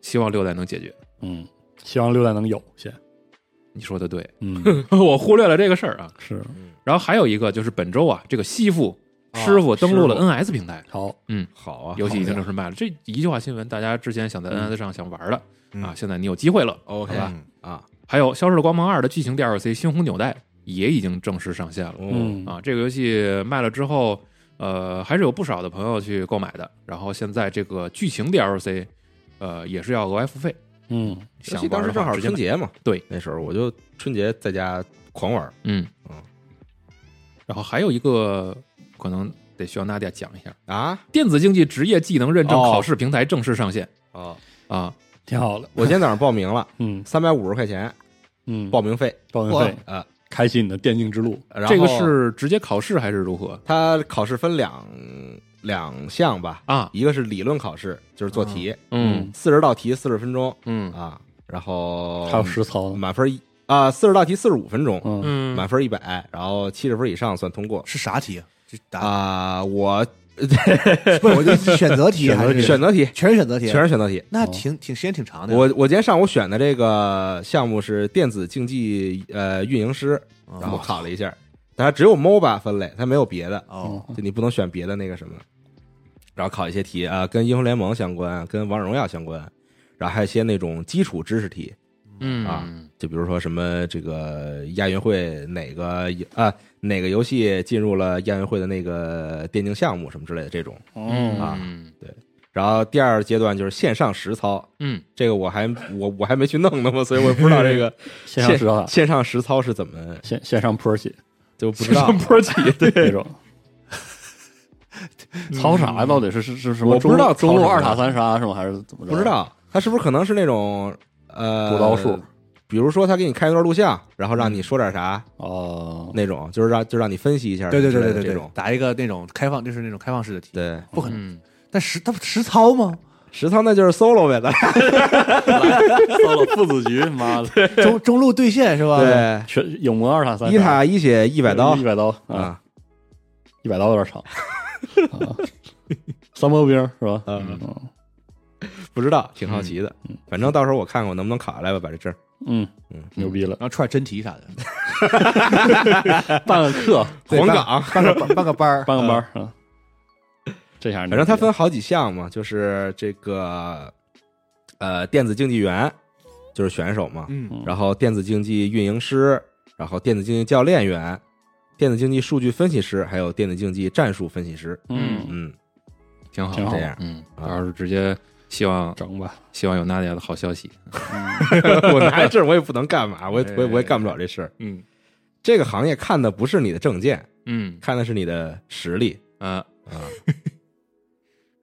希望六代能解决。
嗯，希望六代能有先，
你说的对，
嗯，
我忽略了这个事儿啊。
是
然后还有一个就是本周啊，这个西服师傅登陆了
啊
NS
师
平台，
好，
好啊，
游戏已经
好
正
呀
式卖了。这一句话新闻，大家之前想在 NS 上想玩的、
嗯
啊，现在你有机会了。
OK
好吧
嗯啊，
还有《消失的光芒二》的剧情 DLC《猩红纽带》也已经正式上线了、
哦
嗯
啊。这个游戏卖了之后，呃，还是有不少的朋友去购买的。然后现在这个剧情 DLC，呃，也是要额外付费。
嗯，
尤
想
其
玩
当时
的
正
话
好
直接
春
买，
节嘛，
对，
那时候我就春节在家狂玩，
嗯
嗯。
然后还有一个可能得需要娜迪亚讲一下，
啊
电子竞技职业技能认证
哦
考试平台正式上线、
哦，
啊。
挺好的，
我今天早上报名了，
嗯
三百五十块钱
嗯，
报名费
报名费，
啊，
开启你的电竞之路，
然后
这个是直接考试还是如何
它考试分两两项吧，
啊？
一个是理论考试，就是做题，
嗯
四十道题四十分钟
嗯
啊，然后
还有实操呢，
满分一啊，四十道题四十五分钟，
嗯，
嗯
满分一百，然后七十分以上算通过
是啥题？这答
啊。我
不是我这是选择题还是
选择题
全是选择题？啊
全是选择题。
那挺挺时间挺长的呀。
我我今天上午选的这个项目是电子竞技呃运营师，
嗯
然后考了一下，但它只有 MOBA 分类，它没有别的，
哦，
就你不能选别的那个什么。然后考一些题啊，跟英雄联盟相关，跟王者荣耀相关，然后还有一些那种基础知识题，
嗯
啊就比如说什么这个亚运会哪个啊哪个游戏进入了亚运会的那个电竞项目什么之类的这种。
嗯
啊
嗯
然后第二阶段就是线上实操，
嗯
这个我还我我还没去弄呢嘛，所以我也不知道 这个
线上实操，啊
线上实操是怎么
线线上坡 起
就 不知道了。
坡起，
那种。 操啥呀？到底是是是什么中路？
我不知道
中路
操啥
二塔三杀是吗？还是怎么着？
不知道它是不是可能是那种呃
补刀术，
比如说他给你开一段录像，然后让你说点啥
哦，
那种，就是让就让你分析一下
对对对
之类
对
的
对
这
对
种，
答一个那种开放，就是那种开放式的题，
对
不可能。
嗯，
但实它不实操吗？
实操那就是 solo 呗，咱俩
到了父子局， 妈的，
中中路对线是吧？
对
全影魔二塔三杀
一塔一血一
一嗯
百刀
一百刀
啊，
一百刀有点 长。啊，三波兵是吧？
嗯
嗯
不知道，挺好奇的。
嗯嗯
反正到时候我看看我能不能考下来吧，把这证。
嗯
嗯，
牛逼了
然，后出点真题啥的，
办个课，
对
黄冈，
办 个班办个班儿，嗯
办个班儿啊。这下
反正它分好几项嘛，就是这个呃电子竞技员就是选手嘛，
嗯，
然后电子竞技运营师，然后电子竞技教练员，电子竞技数据分析师，还有电子竞技战术分析师。
嗯
嗯，挺好，
挺好
这样
嗯，
啊
到时候直接希望
整吧，
希望有娜姐的好消息。
我拿着证我也不能干嘛，我
哎
也我也我也干不了这事儿。
嗯
这个行业看的不是你的证件，
嗯
看的是你的实力。
啊，
啊，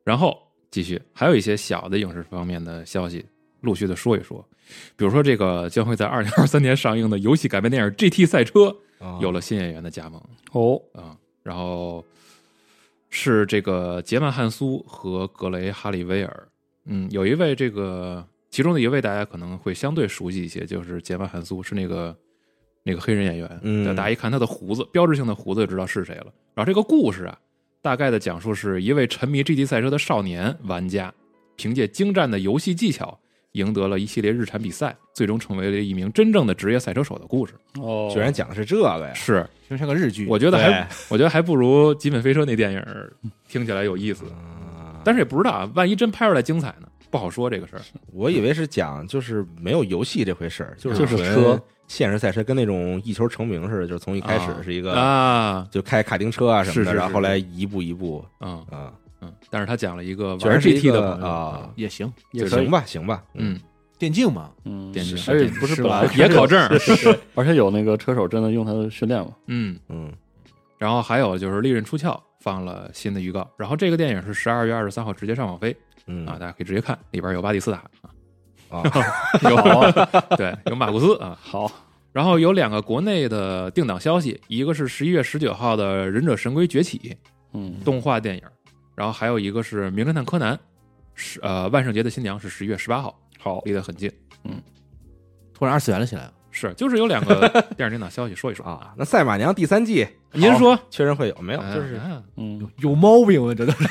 然后继续还有一些小的影视方面的消息，陆续的说一说。比如说，这个将会在二零二三年上映的游戏改编电影《GT 赛车》有
啊了，
了新演员的加盟
哦，
啊，然后是这个杰曼·汉苏和格雷·哈利威尔。嗯，有一位这个其中的一位大家可能会相对熟悉一些，就是杰曼·汉苏是那个那个黑人演员。
嗯
对大家一看他的胡子，标志性的胡子就知道是谁了。然后这个故事啊，大概的讲述是一位沉迷 GT 赛车的少年玩家，凭借精湛的游戏技巧。赢得了一系列日产比赛，最终成为了一名真正的职业赛车手的故事。
哦，
居然讲的是这个呀？
是，
就像个日剧，
我觉得还
对，
我觉得还不如《极品飞车》那电影儿听起来有意思，
啊
但是也不知道啊，万一真拍出来精彩呢，不好说这个事儿。
我以为是讲就是没有游戏这回事儿，就是
就是
纯
车
现实赛车，跟那种一球成名似的，就是从一开
啊
始是一个、
啊，
就开卡丁车啊什
是
么的，
是是
然后后来一步一步
嗯
啊，
嗯，但是他讲了一个
全
玩
是一
GT
个
的朋友
啊，
也行，
也可以
行，吧行吧，
嗯，
电竞嘛，
嗯，
电池
而且不
是
是本
吧
来
也 考证儿，
而且有那个车手真的用它训练嘛？
嗯，
嗯
然后还有就是《利刃出鞘》放了新的预告，然后这个电影是十二月二十三号直接上网飞
嗯
啊，大家可以直接看，里边有巴蒂 斯塔啊，
啊，
有对，有马库斯啊，
好，
然后有两个国内的定档消息，一个是十一月十九号的《忍者神龟崛起》，
嗯，
动画电影，然后还有一个是《名侦探柯南》，是呃万圣节的新娘是十一月十八号，
好，
离得很近。
突然二次元了起来了，
是，就是有两 个电影定档消息说一说
啊，。那赛马娘第三季
您说，
确认会有没有？
哎
就是
啊
嗯，
有毛病啊，真的是。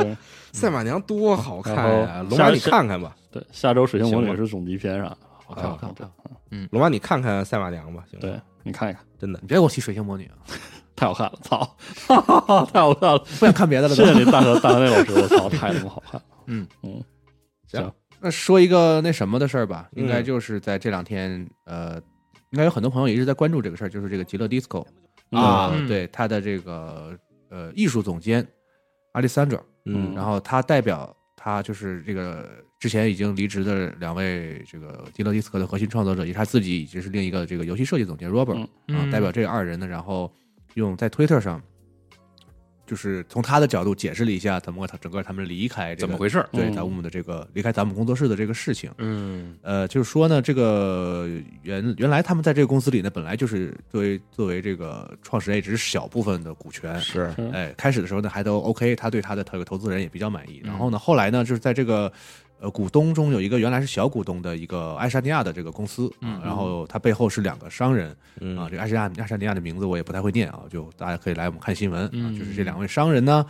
是，
赛马娘多好看呀！
然后
龙马
下
你看看吧，
对，下周《水星魔
行
女
吧》
是总集篇啥的，好
看好
看好
看，
龙马你看看赛马娘吧，行吗
对，你看一看，
真的
你别给我提水星魔女啊，
太好看了，操， 哈哈哈，太好看了，
不想看别的了
谢谢
都。
你大河大河内老师，我操，太他妈好看了，
嗯
嗯，
行
行，
那说一个那什么的事儿吧，
嗯
应该就是在这两天，呃，应该有很多朋友也一直在关注这个事儿，就是这个极乐 disco
啊
呃
嗯
对他的这个呃艺术总监阿里桑卓，
嗯
然后他代表他就是这个之前已经离职的两位这个极乐 disco 的核心创作者，也是他自己，也是另一个这个游戏设计总监 Robert
嗯
啊、代表这二人呢，然后用在 Twitter 上。就是从他的角度解释了一下怎么他整个他们离开、这个、
怎么回事？
对
嗯
咱们的这个离开咱们工作室的这个事情。
嗯
呃，就是说呢，这个原原来他们在这个公司里呢，本来就是作为作为这个创始人也只是小部分的股权，
是
是
哎，开始的时候呢还都 OK，他对他的投投资人也比较满意。然后呢，后来呢，就是在这个呃股东中有一个原来是小股东的一个爱沙尼亚的这个公司，啊
嗯
然后他背后是两个商人，啊，
嗯
这个爱沙尼亚爱沙尼亚的名字我也不太会念啊，就大家可以来我们看新闻啊
嗯，
就是这两位商人呢，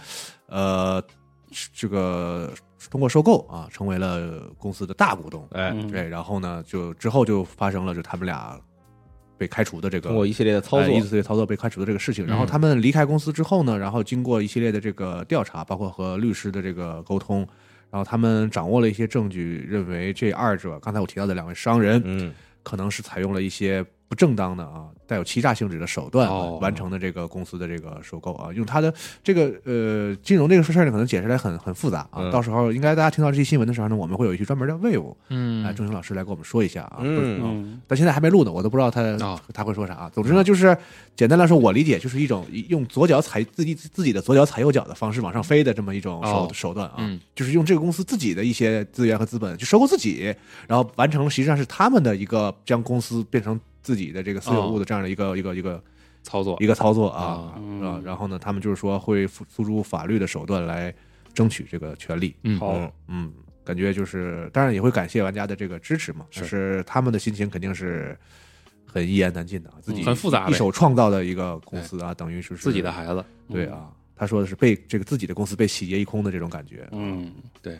呃，这个通过收购啊，成为了公司的大股东，
哎，
嗯
对，然后呢，就之后就发生了就他们俩被开除的这个
通过一系列的操
哎
作
一系列操作被开除的这个事情。然后
嗯
他们离开公司之后呢，然后经过一系列的这个调查，包括和律师的这个沟通，然后他们掌握了一些证据，认为这二者刚才我提到的两位商人，
嗯
可能是采用了一些不正当的啊，带有欺诈性质的手段、啊
哦
完成的这个公司的这个收购啊。用他的这个呃金融这个事儿呢，可能解释来很很复杂啊。
嗯
到时候应该大家听到这期新闻的时候呢，我们会有一期专门的 wave
嗯
哎，钟情老师来给我们说一下啊。不是
嗯，
嗯，
但现在还没录呢，我都不知道他、
啊
他会说啥、总之呢，就是简单来说，我理解就是一种一用左脚踩自己自己的左脚踩右脚的方式往上飞的这么一种手、
哦
手段啊、
嗯
就是用这个公司自己的一些资源和资本去收购自己，然后完成了实际上是他们的一个将公司变成自己的这个私
哦
有物的这样的一个、一个一个
操作
一个操作
哦
啊、
嗯
啊，然后呢，他们就是说会付诉诸法律的手段来争取这个权利，
嗯
好，
嗯
嗯，感觉就是，当然也会感谢玩家的这个支持嘛，但是他们的心情肯定是很一言难尽的啊，自己
嗯很复杂呗
一手创造的一个公司啊，等于是
自己的孩子，嗯
对啊，他说的是被这个自己的公司被洗劫一空的这种感觉，
嗯，对，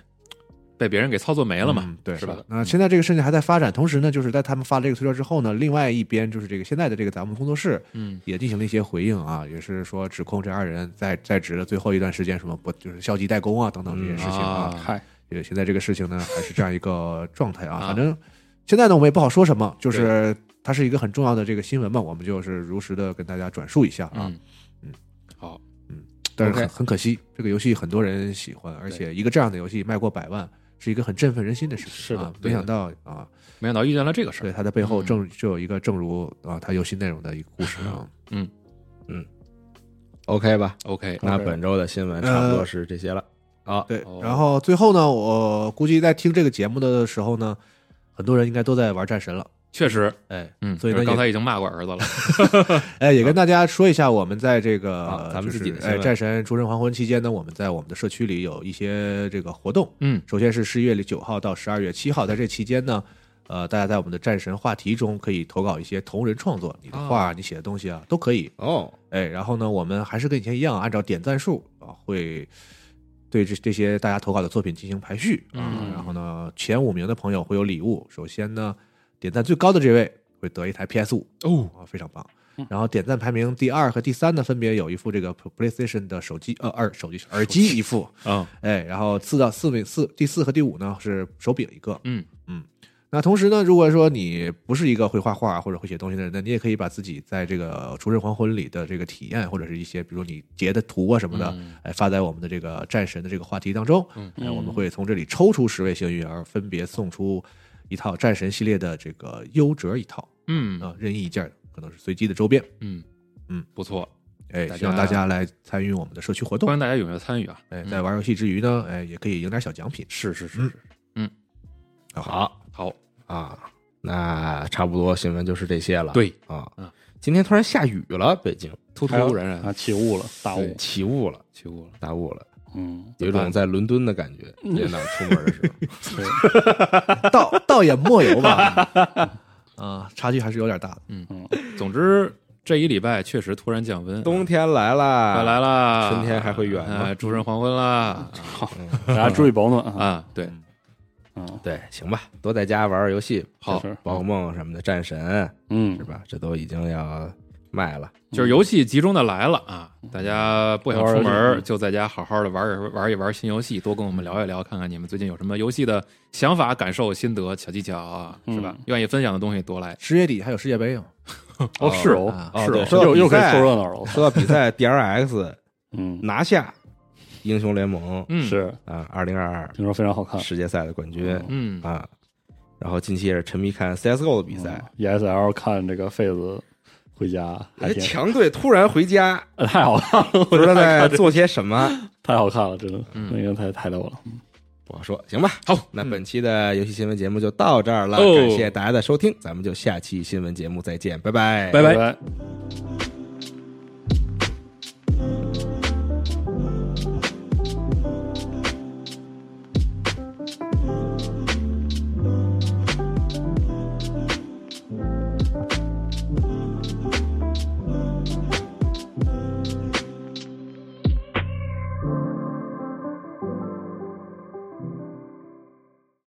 被别人给操作没了嘛？
嗯对，
是吧？
那现在这个事情还在发展，同时呢，就是在他们发了这个推特之后呢，另外一边就是这个现在的这个咱们工作室
嗯
也进行了一些回应啊，也是说指控这二人在在职的最后一段时间什么不就是消极怠工啊等等这些事情啊，
嗯
啊
嗨，
也现在这个事情呢还是这样一个状态啊，
啊
反正现在呢我们也不好说什么，就是它是一个很重要的这个新闻嘛，我们就是如实的跟大家转述一下啊。
嗯
但是很
OK
很可惜，这个游戏很多人喜欢，而且一个这样的游戏卖过百万，是一个很振奋人心的事情。
是的
啊，
对
没
的
想到啊，
没想到遇见了这个事儿。
对它的背后
嗯
正就有一个正如啊它游戏内容的一个故事啊。
OK 吧？
OK，
那
OK
本周的新闻差不多是这些了。好，
对
哦，
然后最后呢，我估计在听这个节目的时候呢，很多人应该都在玩战神了。
确实，
哎
嗯，
所以呢
就是刚
也
才已经骂过儿 子了。
哎，也跟大家说一下，我们在这个、
啊咱们
就是
自己的新
哎
闻
战神诸神黄昏期间呢，我们在我们的社区里有一些这个活动，
嗯
首先是十一月九号到十二月七号，在这期间呢，呃，大家在我们的战神话题中可以投稿一些同人创作，你的画、你写的东西啊都可以。
哦，
哎，然后呢，我们还是跟以前一样，按照点赞数啊，会对这这些大家投稿的作品进行排序啊。
嗯
然后呢，前五名的朋友会有礼物。首先呢，点赞最高的这位会得一台 PS 五
哦，
啊，非常棒。然后点赞排名第二和第三呢，分别有一副这个 PlayStation 的手机呃耳手机耳机一副，
嗯
哎，然后四到四名四第四和第五呢是手柄一个。
嗯
那同时呢，如果说你不是一个会画画或者会写东西的人，那你也可以把自己在这个《逐日黄昏》里的这个体验，或者是一些比如你截的图啊什么的，
嗯
哎，发在我们的这个战神的这个话题当中。嗯，哎，我们会从这里抽出十位幸运儿，分别送出一套战神系列的这个优折一套
嗯
啊，任意一件儿可能是随机的周边。
嗯
嗯，
不错，
哎，
大家
希望大家来参与我们的社区活
欢
动。
迎大家踊跃参与啊！
哎，
嗯
在玩游戏之余呢，哎，也可以赢点小奖品。
是是是
嗯
是，
好
好，
啊，那差不多新闻就是这些了。
对，
啊
嗯，
今天突然下雨了，北京
突突
还有
然然
啊，起雾了，大雾
对，起雾了，
起雾了，
大雾了，
嗯，
有一种在伦敦的感觉。今天早上出门的时候，
对，
倒倒也莫由吧。 啊，差距还是有点大的。
嗯
总之这一礼拜确实突然降温，
冬天来了，
快来啦，
春天还会远吗嗯
哎，诸神黄昏啦
大家注意保暖啊，
啊！对，
嗯
对，行吧，多在家玩玩游戏，
好
是
宝可梦什么的，战神是
嗯，
吧？这都已经要卖了，
就是游戏集中的来了啊！大家不想出
玩玩游戏
门，就在家好好的玩一玩一玩新游戏，多跟我们聊一聊，看看你们最近有什么游戏的想法、感受、心得、小技巧啊，是
嗯
吧？愿意分享的东西多来。
十月底还有世界杯嘛？
哦是哦
啊，
哦
是
对
哦，
说到
又
比
又开
赛
始凑热闹了，
说到比赛，DRX
嗯，
拿下英雄联盟
嗯，，
是
啊，二零二
听说非常好看
二，世界赛的冠军
嗯，
啊。然后近期也是沉迷看 CSGO 的比赛，
ESL E 看这个痱子回家，还
哎，
挺
强队突然回家，
呃太好看了，
不知道在做些什么。
太好看了，真的，
嗯
那个太太逗了。
我说行吧，
好，
那本期的游戏新闻节目就到这儿了，
哦
感谢大家的收听，咱们就下期新闻节目再见，拜拜，
拜
拜。